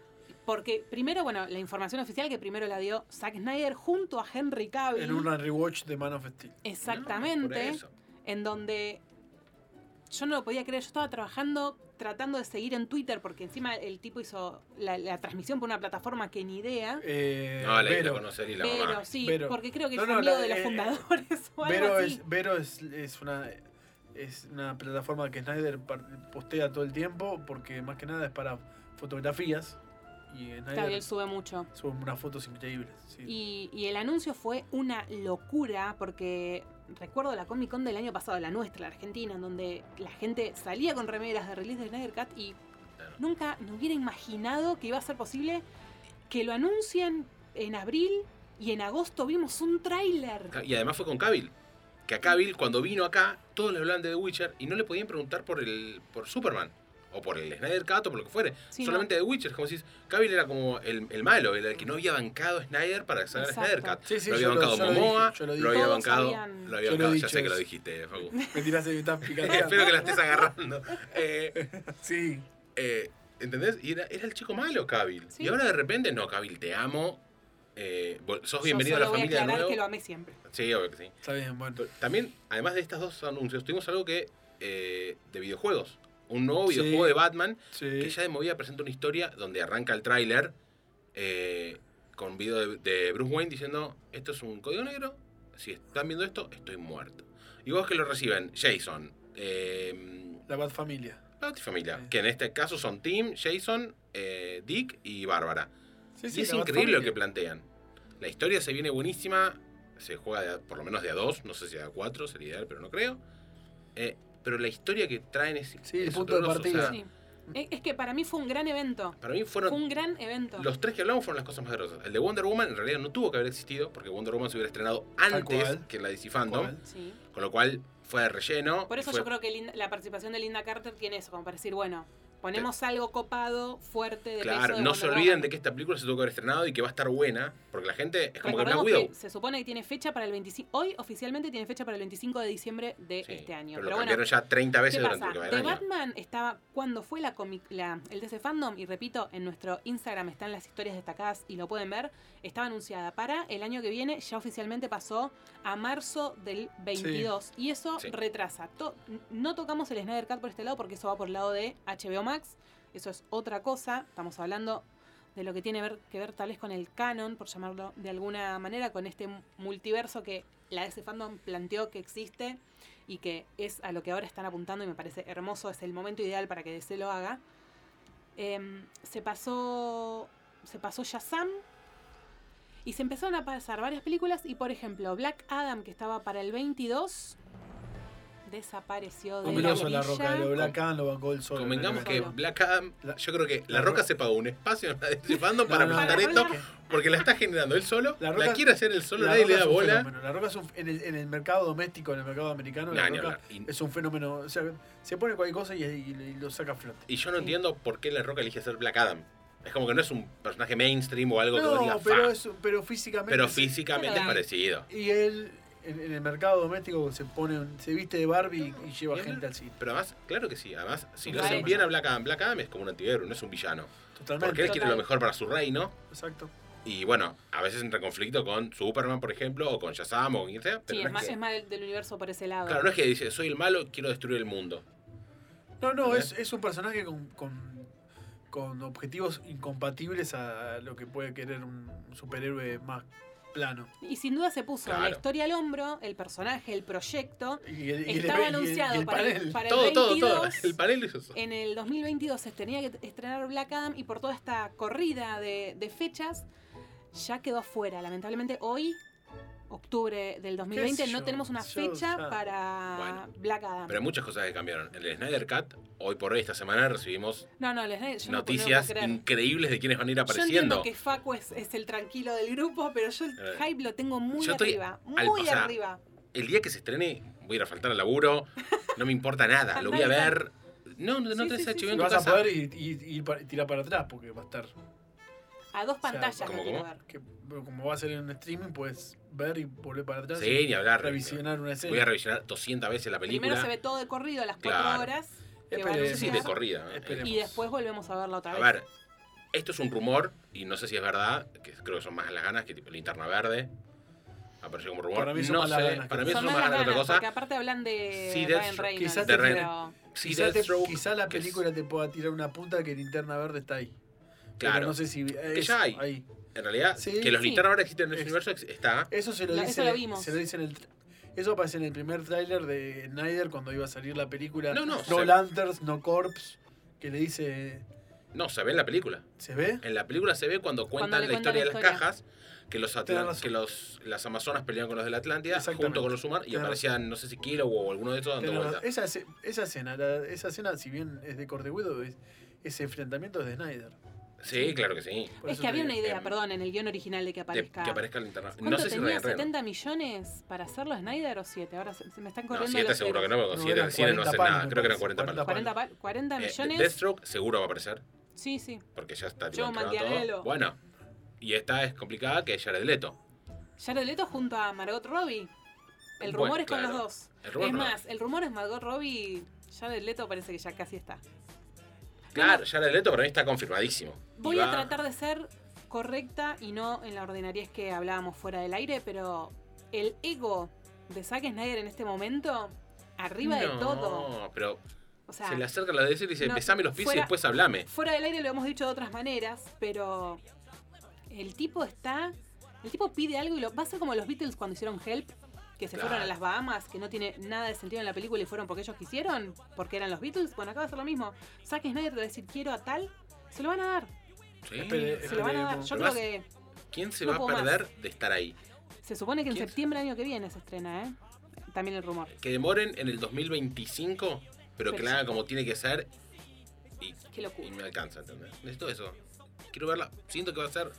Speaker 1: Porque primero, bueno, la información oficial que primero la dio Zack Snyder junto a Henry Cavill.
Speaker 5: En una rewatch de Man of Steel.
Speaker 4: No, por
Speaker 1: Exactamente.
Speaker 4: eso.
Speaker 1: en donde yo no lo podía creer, yo estaba trabajando, tratando de seguir en Twitter, porque encima el tipo hizo la, la transmisión por una plataforma que ni idea.
Speaker 5: Eh,
Speaker 4: No, la
Speaker 5: Vero.
Speaker 4: hice conocer y la
Speaker 1: pero
Speaker 4: mamá.
Speaker 1: sí,
Speaker 5: Vero.
Speaker 1: porque creo que
Speaker 5: No,
Speaker 1: es
Speaker 5: no,
Speaker 1: amigo
Speaker 5: la-
Speaker 1: de los
Speaker 5: eh,
Speaker 1: fundadores o algo
Speaker 5: Vero,
Speaker 1: así.
Speaker 5: es, Vero es, es una es una plataforma que Snyder par- postea todo el tiempo porque más que nada es para fotografías y
Speaker 1: Claro, y
Speaker 5: Snyder
Speaker 1: él sube mucho.
Speaker 5: sube unas fotos increíbles. sí.
Speaker 1: Y, y el anuncio fue una locura porque recuerdo la Comic Con del año pasado, la nuestra, la argentina, en donde la gente salía con remeras de release de Snyder Cut y
Speaker 4: Claro.
Speaker 1: nunca me hubiera imaginado que iba a ser posible que lo anuncien en abril y en agosto vimos un tráiler.
Speaker 4: Y además fue con Cavill. Que a Cavill, cuando vino acá, todos le hablaban de The Witcher y no le podían preguntar por el por Superman. o por el Snyder Cut o por lo que fuere.
Speaker 1: Sí,
Speaker 4: Solamente de Witcher, es como si Cavill era como el, el malo, el que no había bancado a Snyder para sacar el
Speaker 1: Exacto.
Speaker 4: Snyder Cut.
Speaker 5: Sí, sí,
Speaker 4: lo había
Speaker 5: yo lo-
Speaker 4: bancado
Speaker 5: yo lo dije,
Speaker 4: Momoa,
Speaker 5: yo lo
Speaker 4: lo,
Speaker 5: dije.
Speaker 4: había
Speaker 1: Todos
Speaker 4: bancado,
Speaker 1: sabían.
Speaker 4: lo había
Speaker 5: Yo lo he
Speaker 4: bancado, ya
Speaker 5: dicho
Speaker 4: sé que lo
Speaker 5: eso.
Speaker 4: dijiste, Facu.
Speaker 5: Me tiraste que estás picando.
Speaker 4: Espero que la estés agarrando. Eh,
Speaker 5: Sí.
Speaker 4: eh, ¿Entendés? Y era, era el chico malo, Cavill.
Speaker 1: Sí.
Speaker 4: Y ahora de repente, no, Cavill, te amo. Eh, vol- sos bienvenido a
Speaker 1: Yo
Speaker 4: la
Speaker 1: solo
Speaker 4: familia de
Speaker 1: voy a aclarar
Speaker 4: nuevo.
Speaker 1: que lo amé siempre.
Speaker 4: Sí, obvio que sí.
Speaker 5: Está bien, bueno.
Speaker 4: También, además de estos dos anuncios, tuvimos algo que eh, de videojuegos. Un nuevo
Speaker 5: Sí.
Speaker 4: videojuego de Batman que
Speaker 5: Sí.
Speaker 4: ya de movida presenta una historia donde arranca el tráiler eh, con un video de, de Bruce Wayne diciendo esto es un código negro, si están viendo esto, estoy muerto. Y vos que lo reciben, Jason, eh,
Speaker 5: La Bad Familia.
Speaker 4: Pat y familia,
Speaker 5: Sí.
Speaker 4: que en este caso son Tim, Jason, eh, Dick y Bárbara.
Speaker 5: Sí,
Speaker 4: y es
Speaker 5: la Bad
Speaker 4: increíble lo
Speaker 5: Familia.
Speaker 4: que plantean. La historia se viene buenísima. Se juega de a- por lo menos de a dos. No sé si de a cuatro sería ideal, pero no creo. Eh, pero la historia que traen es.
Speaker 5: Sí, el
Speaker 4: es
Speaker 5: punto de
Speaker 4: horroroso,
Speaker 5: partida. Ah.
Speaker 1: Sí. Es es que para mí fue un gran evento.
Speaker 4: para mí
Speaker 1: Fue un
Speaker 4: fueron.
Speaker 1: gran evento.
Speaker 4: Los tres que hablamos fueron las cosas más grosas. El de Wonder Woman en realidad no tuvo que haber existido porque Wonder Woman se hubiera estrenado antes
Speaker 5: cual.
Speaker 4: que la DC Fandom.
Speaker 5: ¿Cuál?
Speaker 1: Sí.
Speaker 4: Con lo cual fue de relleno.
Speaker 1: Por eso
Speaker 4: y fue-
Speaker 1: yo creo que Linda- la participación de Linda Carter tiene eso, como para decir, bueno, ponemos algo copado, fuerte, de peso
Speaker 4: Claro,
Speaker 1: de
Speaker 4: no se
Speaker 1: Wonder
Speaker 4: olviden
Speaker 1: Woman.
Speaker 4: de que esta película se tuvo que haber estrenado y que va a estar buena. Porque la gente es como que Black
Speaker 1: Recordemos
Speaker 4: Widow.
Speaker 1: se supone que tiene fecha para el 25. Hoy oficialmente tiene fecha para el 25 de diciembre de
Speaker 4: Sí,
Speaker 1: este año.
Speaker 4: Pero,
Speaker 1: Pero,
Speaker 4: lo
Speaker 1: bueno,
Speaker 4: cambiaron ya 30 veces
Speaker 1: ¿qué
Speaker 4: durante
Speaker 1: pasa?
Speaker 4: el que va
Speaker 1: The
Speaker 4: del año.
Speaker 1: Batman estaba cuando fue la, comic, la el DC Fandom y repito, en nuestro Instagram están las historias destacadas y lo pueden ver, estaba anunciada para el año que viene, ya oficialmente pasó a marzo del 22 y eso
Speaker 4: Sí.
Speaker 1: retrasa. To- no tocamos el Snyder Cut por este lado porque eso va por el lado de HBO Max, eso es otra cosa, estamos hablando de lo que tiene ver- que ver tal vez con el canon, por llamarlo de alguna manera, con este multiverso que la DC Fandom planteó que existe y que es a lo que ahora están apuntando y me parece hermoso, es el momento ideal para que DC lo haga. Em, se pasó se pasó Shazam y se empezaron a pasar varias películas y por ejemplo Black Adam que estaba para el 22 desapareció de la,
Speaker 5: Combinoso la roca,
Speaker 1: grilla.
Speaker 5: lo Black Adam lo bancó el sol.
Speaker 4: Convengamos
Speaker 1: no,
Speaker 4: que
Speaker 1: no.
Speaker 4: Black Adam,
Speaker 5: La-
Speaker 4: yo creo que La
Speaker 5: La
Speaker 4: Roca
Speaker 5: Roca-
Speaker 4: se pagó un espacio en la DC Fandom para
Speaker 5: No, no,
Speaker 4: plantar
Speaker 1: no,
Speaker 4: esto,
Speaker 1: no.
Speaker 4: porque la está generando él solo, la,
Speaker 5: La Roca-
Speaker 4: quiere hacer él solo,
Speaker 5: La
Speaker 4: nadie
Speaker 5: Roca
Speaker 4: le da
Speaker 5: es un
Speaker 4: bola.
Speaker 5: fenómeno. La roca es un, en, el, en el mercado doméstico, en el mercado americano,
Speaker 4: Nah,
Speaker 5: la
Speaker 4: ni
Speaker 5: roca
Speaker 4: hablar. Y,
Speaker 5: es un fenómeno. O sea, se pone cualquier cosa y, y- y lo saca a flote.
Speaker 4: y yo no entiendo por qué La Roca elige hacer Black Adam. Es como que no es un personaje mainstream o algo que vos
Speaker 5: No,
Speaker 4: digas,
Speaker 5: pero,
Speaker 4: "Fa".
Speaker 5: es, pero físicamente.
Speaker 4: pero
Speaker 5: sí.
Speaker 4: físicamente es
Speaker 1: Claro.
Speaker 4: parecido.
Speaker 5: Y él en, en el mercado doméstico se pone un- se viste de Barbie y, y lleva
Speaker 4: Bien.
Speaker 5: gente al cine.
Speaker 4: Pero además, claro que sí, además, si lo
Speaker 1: Vale.
Speaker 4: hacen bien a Black Adam, Black Adam es como un antihéroe, no es un villano.
Speaker 5: Totalmente.
Speaker 4: Porque él quiere
Speaker 1: Total.
Speaker 4: lo mejor para su reino,
Speaker 5: Exacto.
Speaker 4: Y bueno, a veces entra en conflicto con Superman, por ejemplo, o con Shazam o con quien sea. Pero
Speaker 1: Sí,
Speaker 4: no
Speaker 1: es más,
Speaker 4: que,
Speaker 1: es más del, del universo por ese lado.
Speaker 4: Claro, no es que dice, soy el malo, quiero destruir el mundo.
Speaker 5: No, no,
Speaker 4: ¿Entendés?
Speaker 5: es, es un personaje con, con, con objetivos incompatibles a lo que puede querer un superhéroe más plano.
Speaker 1: Y sin duda se puso la
Speaker 4: Claro.
Speaker 1: historia al hombro, el personaje, el proyecto.
Speaker 5: Y el, y el-
Speaker 1: Estaba
Speaker 5: y el- y
Speaker 1: anunciado
Speaker 5: el
Speaker 1: para, el,
Speaker 5: panel.
Speaker 1: para el
Speaker 4: Todo,
Speaker 1: 22.
Speaker 4: todo, todo. El panel lo hizo eso.
Speaker 1: En el 2022 se tenía que estrenar Black Adam y por toda esta corrida de, de fechas ya quedó afuera. Lamentablemente hoy, octubre del 2020,
Speaker 5: sé
Speaker 1: no
Speaker 5: yo,
Speaker 1: tenemos una
Speaker 5: yo,
Speaker 1: fecha
Speaker 5: ya.
Speaker 1: para
Speaker 4: Bueno.
Speaker 1: Black Adam.
Speaker 4: Pero hay muchas cosas que cambiaron. En el Snyder Cut, hoy por hoy, esta semana, recibimos
Speaker 1: no, no, les yo no- no puedo
Speaker 4: noticias
Speaker 1: creer.
Speaker 4: increíbles de quienes van a ir
Speaker 1: Yo entiendo
Speaker 4: apareciendo.
Speaker 1: que Facu es, es el tranquilo del grupo, pero yo el
Speaker 4: Eh.
Speaker 1: hype lo tengo muy
Speaker 4: Yo estoy
Speaker 1: arriba.
Speaker 4: al-
Speaker 1: muy
Speaker 4: o sea,
Speaker 1: arriba.
Speaker 4: El día que se estrene, voy a ir a faltar al laburo, no me importa nada, lo voy a
Speaker 1: Andá,
Speaker 4: ver. No, no, no
Speaker 1: Sí,
Speaker 4: tenés
Speaker 1: sí, sí,
Speaker 4: HBO
Speaker 5: Lo
Speaker 4: en tu
Speaker 5: vas a
Speaker 4: casa.
Speaker 5: poder y, y- y pa- y tirar para atrás porque va a estar.
Speaker 1: A dos pantallas
Speaker 5: ¿cómo,
Speaker 1: lo quiero
Speaker 4: cómo?
Speaker 1: ver.
Speaker 5: que- pero como va a ser en streaming, puedes ver y volver para atrás.
Speaker 4: Sí,
Speaker 5: y
Speaker 4: ni hablar.
Speaker 5: revisionar una escena.
Speaker 4: Voy a revisionar 200 veces la película.
Speaker 1: Primero se ve todo de corrido, las cuatro
Speaker 4: Claro.
Speaker 1: horas. que
Speaker 5: Eh,
Speaker 1: van a
Speaker 5: pero-
Speaker 4: Sí, sí, de
Speaker 1: llegar,
Speaker 4: corrida. ¿eh?
Speaker 5: Esperemos.
Speaker 1: y después volvemos a verla otra
Speaker 4: A
Speaker 1: vez.
Speaker 4: ver, esto es un rumor, y no sé si es verdad, que creo que son más las ganas que tipo linterna verde. Apareció como rumor.
Speaker 5: Para mí son
Speaker 4: no
Speaker 5: más las
Speaker 4: sé,
Speaker 5: ganas que-
Speaker 4: para mí
Speaker 1: Son
Speaker 4: son más
Speaker 1: más las
Speaker 4: ganas que otra
Speaker 1: ganas, porque
Speaker 4: cosa.
Speaker 1: aparte hablan de
Speaker 4: Sí,
Speaker 1: Ryan
Speaker 4: Death-
Speaker 1: Reynolds.
Speaker 5: quizás
Speaker 4: de Ryan-
Speaker 1: pero-
Speaker 4: Sí,
Speaker 5: quizá, te-
Speaker 4: Deathstroke,
Speaker 5: quizá la
Speaker 4: que es-
Speaker 5: película te pueda tirar una punta que Linterna Verde está ahí. Pero
Speaker 4: Claro.
Speaker 5: no sé si.
Speaker 4: Que ya hay.
Speaker 5: ahí.
Speaker 4: En realidad,
Speaker 5: Sí,
Speaker 4: que los
Speaker 1: sí.
Speaker 4: linternas verdes existen en
Speaker 5: Es-
Speaker 4: ese universo ex- está.
Speaker 5: Eso se lo
Speaker 1: La-
Speaker 5: dice.
Speaker 1: eso lo vimos.
Speaker 5: Se lo dice en el. tr- Eso aparece en el primer tráiler de Snyder cuando iba a salir la película.
Speaker 4: No, no,
Speaker 5: No
Speaker 4: se-
Speaker 5: Lanterns, No Corpse. Que le dice.
Speaker 4: No, se ve en la película.
Speaker 5: ¿Se ve?
Speaker 4: En la película se ve cuando cuentan
Speaker 1: le
Speaker 4: la
Speaker 1: cuentan
Speaker 4: historia
Speaker 1: la
Speaker 4: de las
Speaker 1: historia.
Speaker 4: cajas, que los atlan-
Speaker 5: Tenés razón.
Speaker 4: que los las amazonas peleaban con los de la Atlántida junto
Speaker 5: Exactamente.
Speaker 4: con los Sumar y
Speaker 5: Tenés
Speaker 4: aparecían, no sé si Kilo o alguno de esos dando
Speaker 5: Tenés
Speaker 4: vuelta.
Speaker 5: razón. Esa, ce- esa escena, la- esa escena, si bien es de Corte Widow, es, ese enfrentamiento es de Snyder.
Speaker 4: Sí, claro que sí.
Speaker 5: Por
Speaker 1: es que
Speaker 5: eso te
Speaker 1: había una
Speaker 5: digo, eh,
Speaker 1: idea,
Speaker 4: em,
Speaker 1: perdón, en el guión original de que
Speaker 4: De-
Speaker 1: aparezca.
Speaker 4: que aparezca el internet. No
Speaker 1: ¿Cuánto
Speaker 4: sé si
Speaker 1: tenía?
Speaker 4: Ryan Reynolds.
Speaker 1: ¿70 millones para hacerlo Snyder o 7? Ahora se, se me están
Speaker 4: No,
Speaker 1: corriendo
Speaker 4: 7
Speaker 1: los
Speaker 4: seguro que no,
Speaker 1: ceros.
Speaker 4: porque
Speaker 5: No,
Speaker 4: 7
Speaker 5: eran
Speaker 4: en cine no
Speaker 5: 40
Speaker 4: hace nada.
Speaker 5: palos,
Speaker 4: Creo que
Speaker 5: parece,
Speaker 4: eran 40 palos.
Speaker 1: 40, pa- 40
Speaker 4: Eh,
Speaker 1: millones.
Speaker 4: Deathstroke seguro va a aparecer,
Speaker 1: sí, sí.
Speaker 4: porque ya está
Speaker 1: Joe
Speaker 4: entregado todo.
Speaker 1: Manganiello.
Speaker 4: Bueno, y esta es complicada que es Jared Leto.
Speaker 1: Jared Leto junto a Margot Robbie. El rumor
Speaker 4: Bueno,
Speaker 1: es con
Speaker 4: claro.
Speaker 1: los dos.
Speaker 4: El rumor
Speaker 1: es
Speaker 4: no.
Speaker 1: más, el rumor es Margot Robbie. Jared Leto parece que ya casi está.
Speaker 4: Claro, Jared Leto para mí está confirmadísimo. Y
Speaker 1: Voy
Speaker 4: va-
Speaker 1: a tratar de ser correcta y no en la ordinariez que hablábamos fuera del aire, pero el ego de Zack Snyder en este momento, arriba de
Speaker 4: No,
Speaker 1: todo.
Speaker 4: pero
Speaker 1: O sea,
Speaker 4: se le acerca la DC y le dice,
Speaker 1: no,
Speaker 4: besame los pies y
Speaker 1: fuera-
Speaker 4: después hablame.
Speaker 1: fuera del aire lo hemos dicho de otras maneras, pero el tipo está. El tipo pide algo y lo. Va a ser como los Beatles cuando hicieron Help, que se
Speaker 4: Claro.
Speaker 1: fueron a las Bahamas, que no tiene nada de sentido en la película y fueron porque ellos quisieron, porque eran los Beatles. Bueno, acá va a ser lo mismo. Zack Snyder te va a decir quiero a tal, se lo van a dar.
Speaker 4: Sí.
Speaker 5: Espere-
Speaker 1: Se lo van a dar.
Speaker 5: Esperemos.
Speaker 1: Yo
Speaker 4: Pero
Speaker 1: creo que.
Speaker 4: ¿Quién se
Speaker 1: no
Speaker 4: va a
Speaker 1: puedo más.
Speaker 4: perder de estar ahí?
Speaker 1: Se supone que en
Speaker 4: ¿Quién?
Speaker 1: septiembre año que viene se estrena, ¿eh? También el rumor.
Speaker 4: Que demoren en el 2025, pero que la haga como tiene que ser y,
Speaker 1: Qué locura.
Speaker 4: y me alcanza, ¿entendés? Necesito eso. Quiero verla. Siento que va a ser...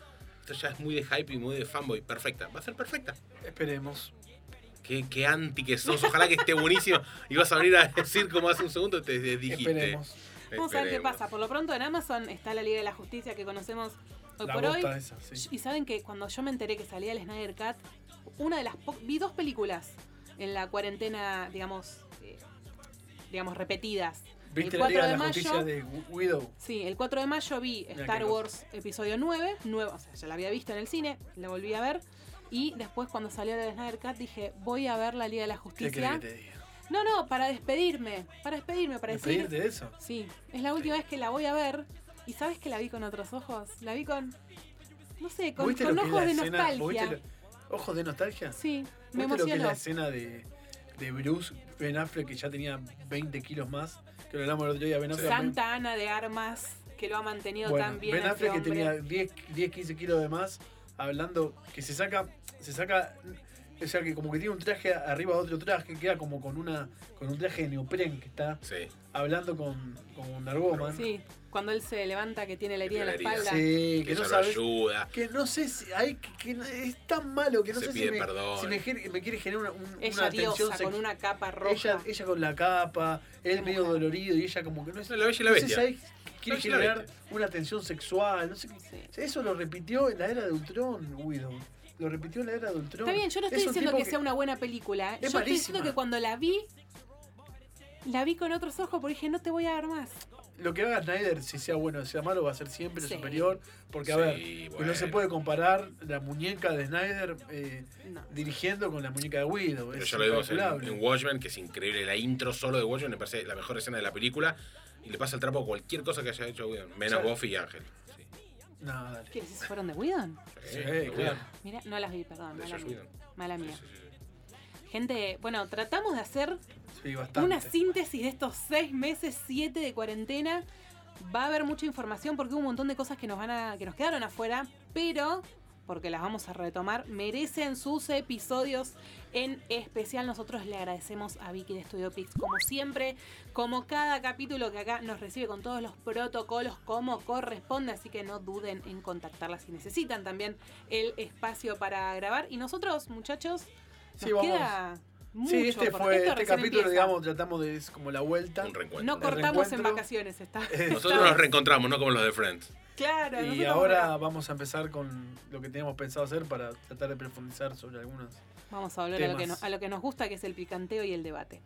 Speaker 4: Esto ya es muy de hype y muy de fanboy. Perfecta. Va a ser perfecta.
Speaker 5: Esperemos.
Speaker 4: Qué, qué anti que sos. Ojalá que esté buenísimo. Y vas a venir a decir como hace un segundo te dijiste.
Speaker 5: Esperemos.
Speaker 1: Vamos a ver qué
Speaker 4: Esperemos.
Speaker 1: pasa. Por lo pronto en Amazon está la Liga de la Justicia que conocemos hoy
Speaker 5: La
Speaker 1: por hoy.
Speaker 5: bota esa, sí.
Speaker 1: Y saben que cuando yo me enteré que salía el Snyder Cat, una de las po- vi dos películas en la cuarentena, digamos, eh, digamos repetidas.
Speaker 5: ¿Viste
Speaker 1: el 4
Speaker 5: la Liga
Speaker 1: de
Speaker 5: de la
Speaker 1: mayo,
Speaker 5: Justicia de Wi- Widow?
Speaker 1: Sí, el 4 de mayo vi
Speaker 5: Mirá
Speaker 1: Star
Speaker 5: qué cosa.
Speaker 1: Wars episodio 9, nuevo, o sea, ya la había visto en el cine, la volví a ver. Y después cuando salió el Snyder Cat dije, voy a ver la Liga de la
Speaker 5: ¿Qué
Speaker 1: Justicia.
Speaker 5: querés que te diga?
Speaker 1: No, no, para despedirme. Para despedirme, para decir.
Speaker 5: ¿Despedirte de eso?
Speaker 1: Sí, es la última vez que la voy a ver. ¿Y sabes que la vi con otros ojos? La vi con. No sé, con,
Speaker 5: ¿Viste
Speaker 1: con
Speaker 5: lo que es la
Speaker 1: ojos de
Speaker 5: escena-
Speaker 1: nostalgia.
Speaker 5: ¿Viste lo- ¿Ojos de nostalgia?
Speaker 1: Sí, me
Speaker 5: ¿Viste lo que es
Speaker 1: emocionó.
Speaker 5: la escena de, de Bruce Ben Affleck que ya tenía 20 kilos más? Que lo hablamos el otro día Ben Affleck.
Speaker 1: Santa Ana de Armas, que lo ha mantenido
Speaker 5: Bueno,
Speaker 1: tan bien.
Speaker 5: Ben
Speaker 1: a
Speaker 5: Affleck
Speaker 1: ese
Speaker 5: que tenía
Speaker 1: hombre.
Speaker 5: 10, 10, 15 kilos de más, hablando que se saca, se saca, o sea que como que tiene un traje arriba de otro traje, queda como con una, con un traje de neopren que está
Speaker 4: Sí.
Speaker 5: hablando con, con Nargoman.
Speaker 1: Sí, cuando él se levanta que tiene la herida en la
Speaker 4: Tiene la herida.
Speaker 1: espalda.
Speaker 5: Sí, que
Speaker 4: Que
Speaker 5: no
Speaker 4: eso lo
Speaker 5: sabes.
Speaker 4: ayuda.
Speaker 5: Que no sé si. Ay, que, que no- es tan malo que no
Speaker 4: Se
Speaker 5: sé si,
Speaker 4: pide
Speaker 5: me,
Speaker 4: perdón.
Speaker 5: si me, gen- me quiere generar una, un-
Speaker 1: Ella
Speaker 5: una tensión
Speaker 1: diosa,
Speaker 5: sexual.
Speaker 1: con una capa roja.
Speaker 5: Ella, ella con la capa, él medio dolorido y ella como que no es.
Speaker 4: La Bella y la
Speaker 5: no sé
Speaker 4: Bestia.
Speaker 5: si ahí quiere
Speaker 4: La Bella y la
Speaker 5: generar
Speaker 4: Bestia.
Speaker 5: una tensión sexual, no sé qué.
Speaker 1: Sí.
Speaker 5: Eso lo repitió en la era de Ultron, Widow. Lo repitió en la era de Ultron.
Speaker 1: Está bien, yo no estoy
Speaker 5: Es un
Speaker 1: diciendo
Speaker 5: tipo
Speaker 1: que, sea una buena película. ¿eh? Yo
Speaker 5: Es
Speaker 1: estoy diciendo
Speaker 5: malísima.
Speaker 1: que cuando la vi, la vi con otros ojos porque dije, no te voy a dar más.
Speaker 5: Lo que haga Snyder, si sea bueno o sea malo, va a ser siempre
Speaker 1: Sí.
Speaker 5: superior. Porque, a
Speaker 4: Sí,
Speaker 5: ver,
Speaker 4: bueno.
Speaker 5: no se puede comparar la muñeca de Snyder eh,
Speaker 1: No.
Speaker 5: dirigiendo con la muñeca de Widow.
Speaker 4: Pero
Speaker 5: es
Speaker 4: ya lo vimos en,
Speaker 5: incalculable.
Speaker 4: en Watchmen, que es increíble. La intro solo de Watchmen me parece la mejor escena de la película. Y le pasa el trapo a cualquier cosa que haya hecho Whedon. Menos
Speaker 5: Claro.
Speaker 4: Buffy y Ángel. Sí.
Speaker 5: No, dale.
Speaker 1: ¿Qué? ¿Se fueron de Whedon?
Speaker 5: Sí,
Speaker 4: Eh,
Speaker 5: claro.
Speaker 4: Whedon.
Speaker 1: Mira, no las vi, perdón.
Speaker 4: De
Speaker 1: Mala
Speaker 4: Joss
Speaker 1: mía.
Speaker 4: Whedon.
Speaker 1: Mala mía.
Speaker 4: Sí, sí, sí, sí.
Speaker 1: Gente, bueno, tratamos de hacer
Speaker 5: Sí, bastante.
Speaker 1: una síntesis de estos seis meses, siete de cuarentena. Va a haber mucha información porque hubo un montón de cosas que nos van a, que nos quedaron afuera, pero porque las vamos a retomar, merecen sus episodios en especial. Nosotros le agradecemos a Vicky de Studio Pix, como siempre, como cada capítulo que acá nos recibe con todos los protocolos como corresponde, así que no duden en contactarla si necesitan también el espacio para grabar. Y nosotros, muchachos, nos
Speaker 5: Sí, vamos.
Speaker 1: queda mucho
Speaker 5: sí, este
Speaker 1: por-
Speaker 5: fue
Speaker 1: esto
Speaker 5: este
Speaker 1: recién
Speaker 5: capítulo,
Speaker 1: empieza.
Speaker 5: digamos, tratamos de es como la vuelta.
Speaker 4: Un reencuentro.
Speaker 1: No cortamos en
Speaker 5: reencuentro.
Speaker 1: vacaciones, está.
Speaker 4: Nosotros nos reencontramos, no como los de Friends.
Speaker 1: Claro.
Speaker 5: Y
Speaker 1: nosotros
Speaker 5: ahora vamos a empezar con lo que tenemos pensado hacer para tratar de profundizar sobre algunas.
Speaker 1: vamos a volver a lo, que
Speaker 5: temas.
Speaker 1: nos, a lo que nos gusta, que es el picanteo y el debate.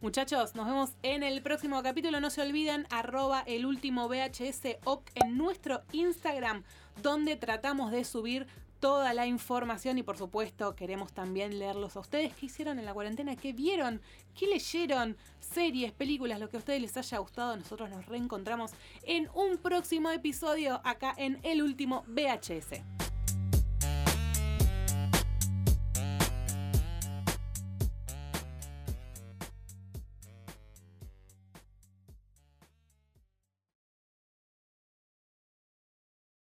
Speaker 1: Muchachos, nos vemos en el próximo capítulo. No se olviden, arroba el último VHS OC en nuestro Instagram, donde tratamos de subir toda la información y por supuesto queremos también leerlos a ustedes. ¿Qué hicieron en la cuarentena? ¿Qué vieron? ¿Qué leyeron? Series, películas, lo que a ustedes les haya gustado. Nosotros nos reencontramos en un próximo episodio acá en el último VHS.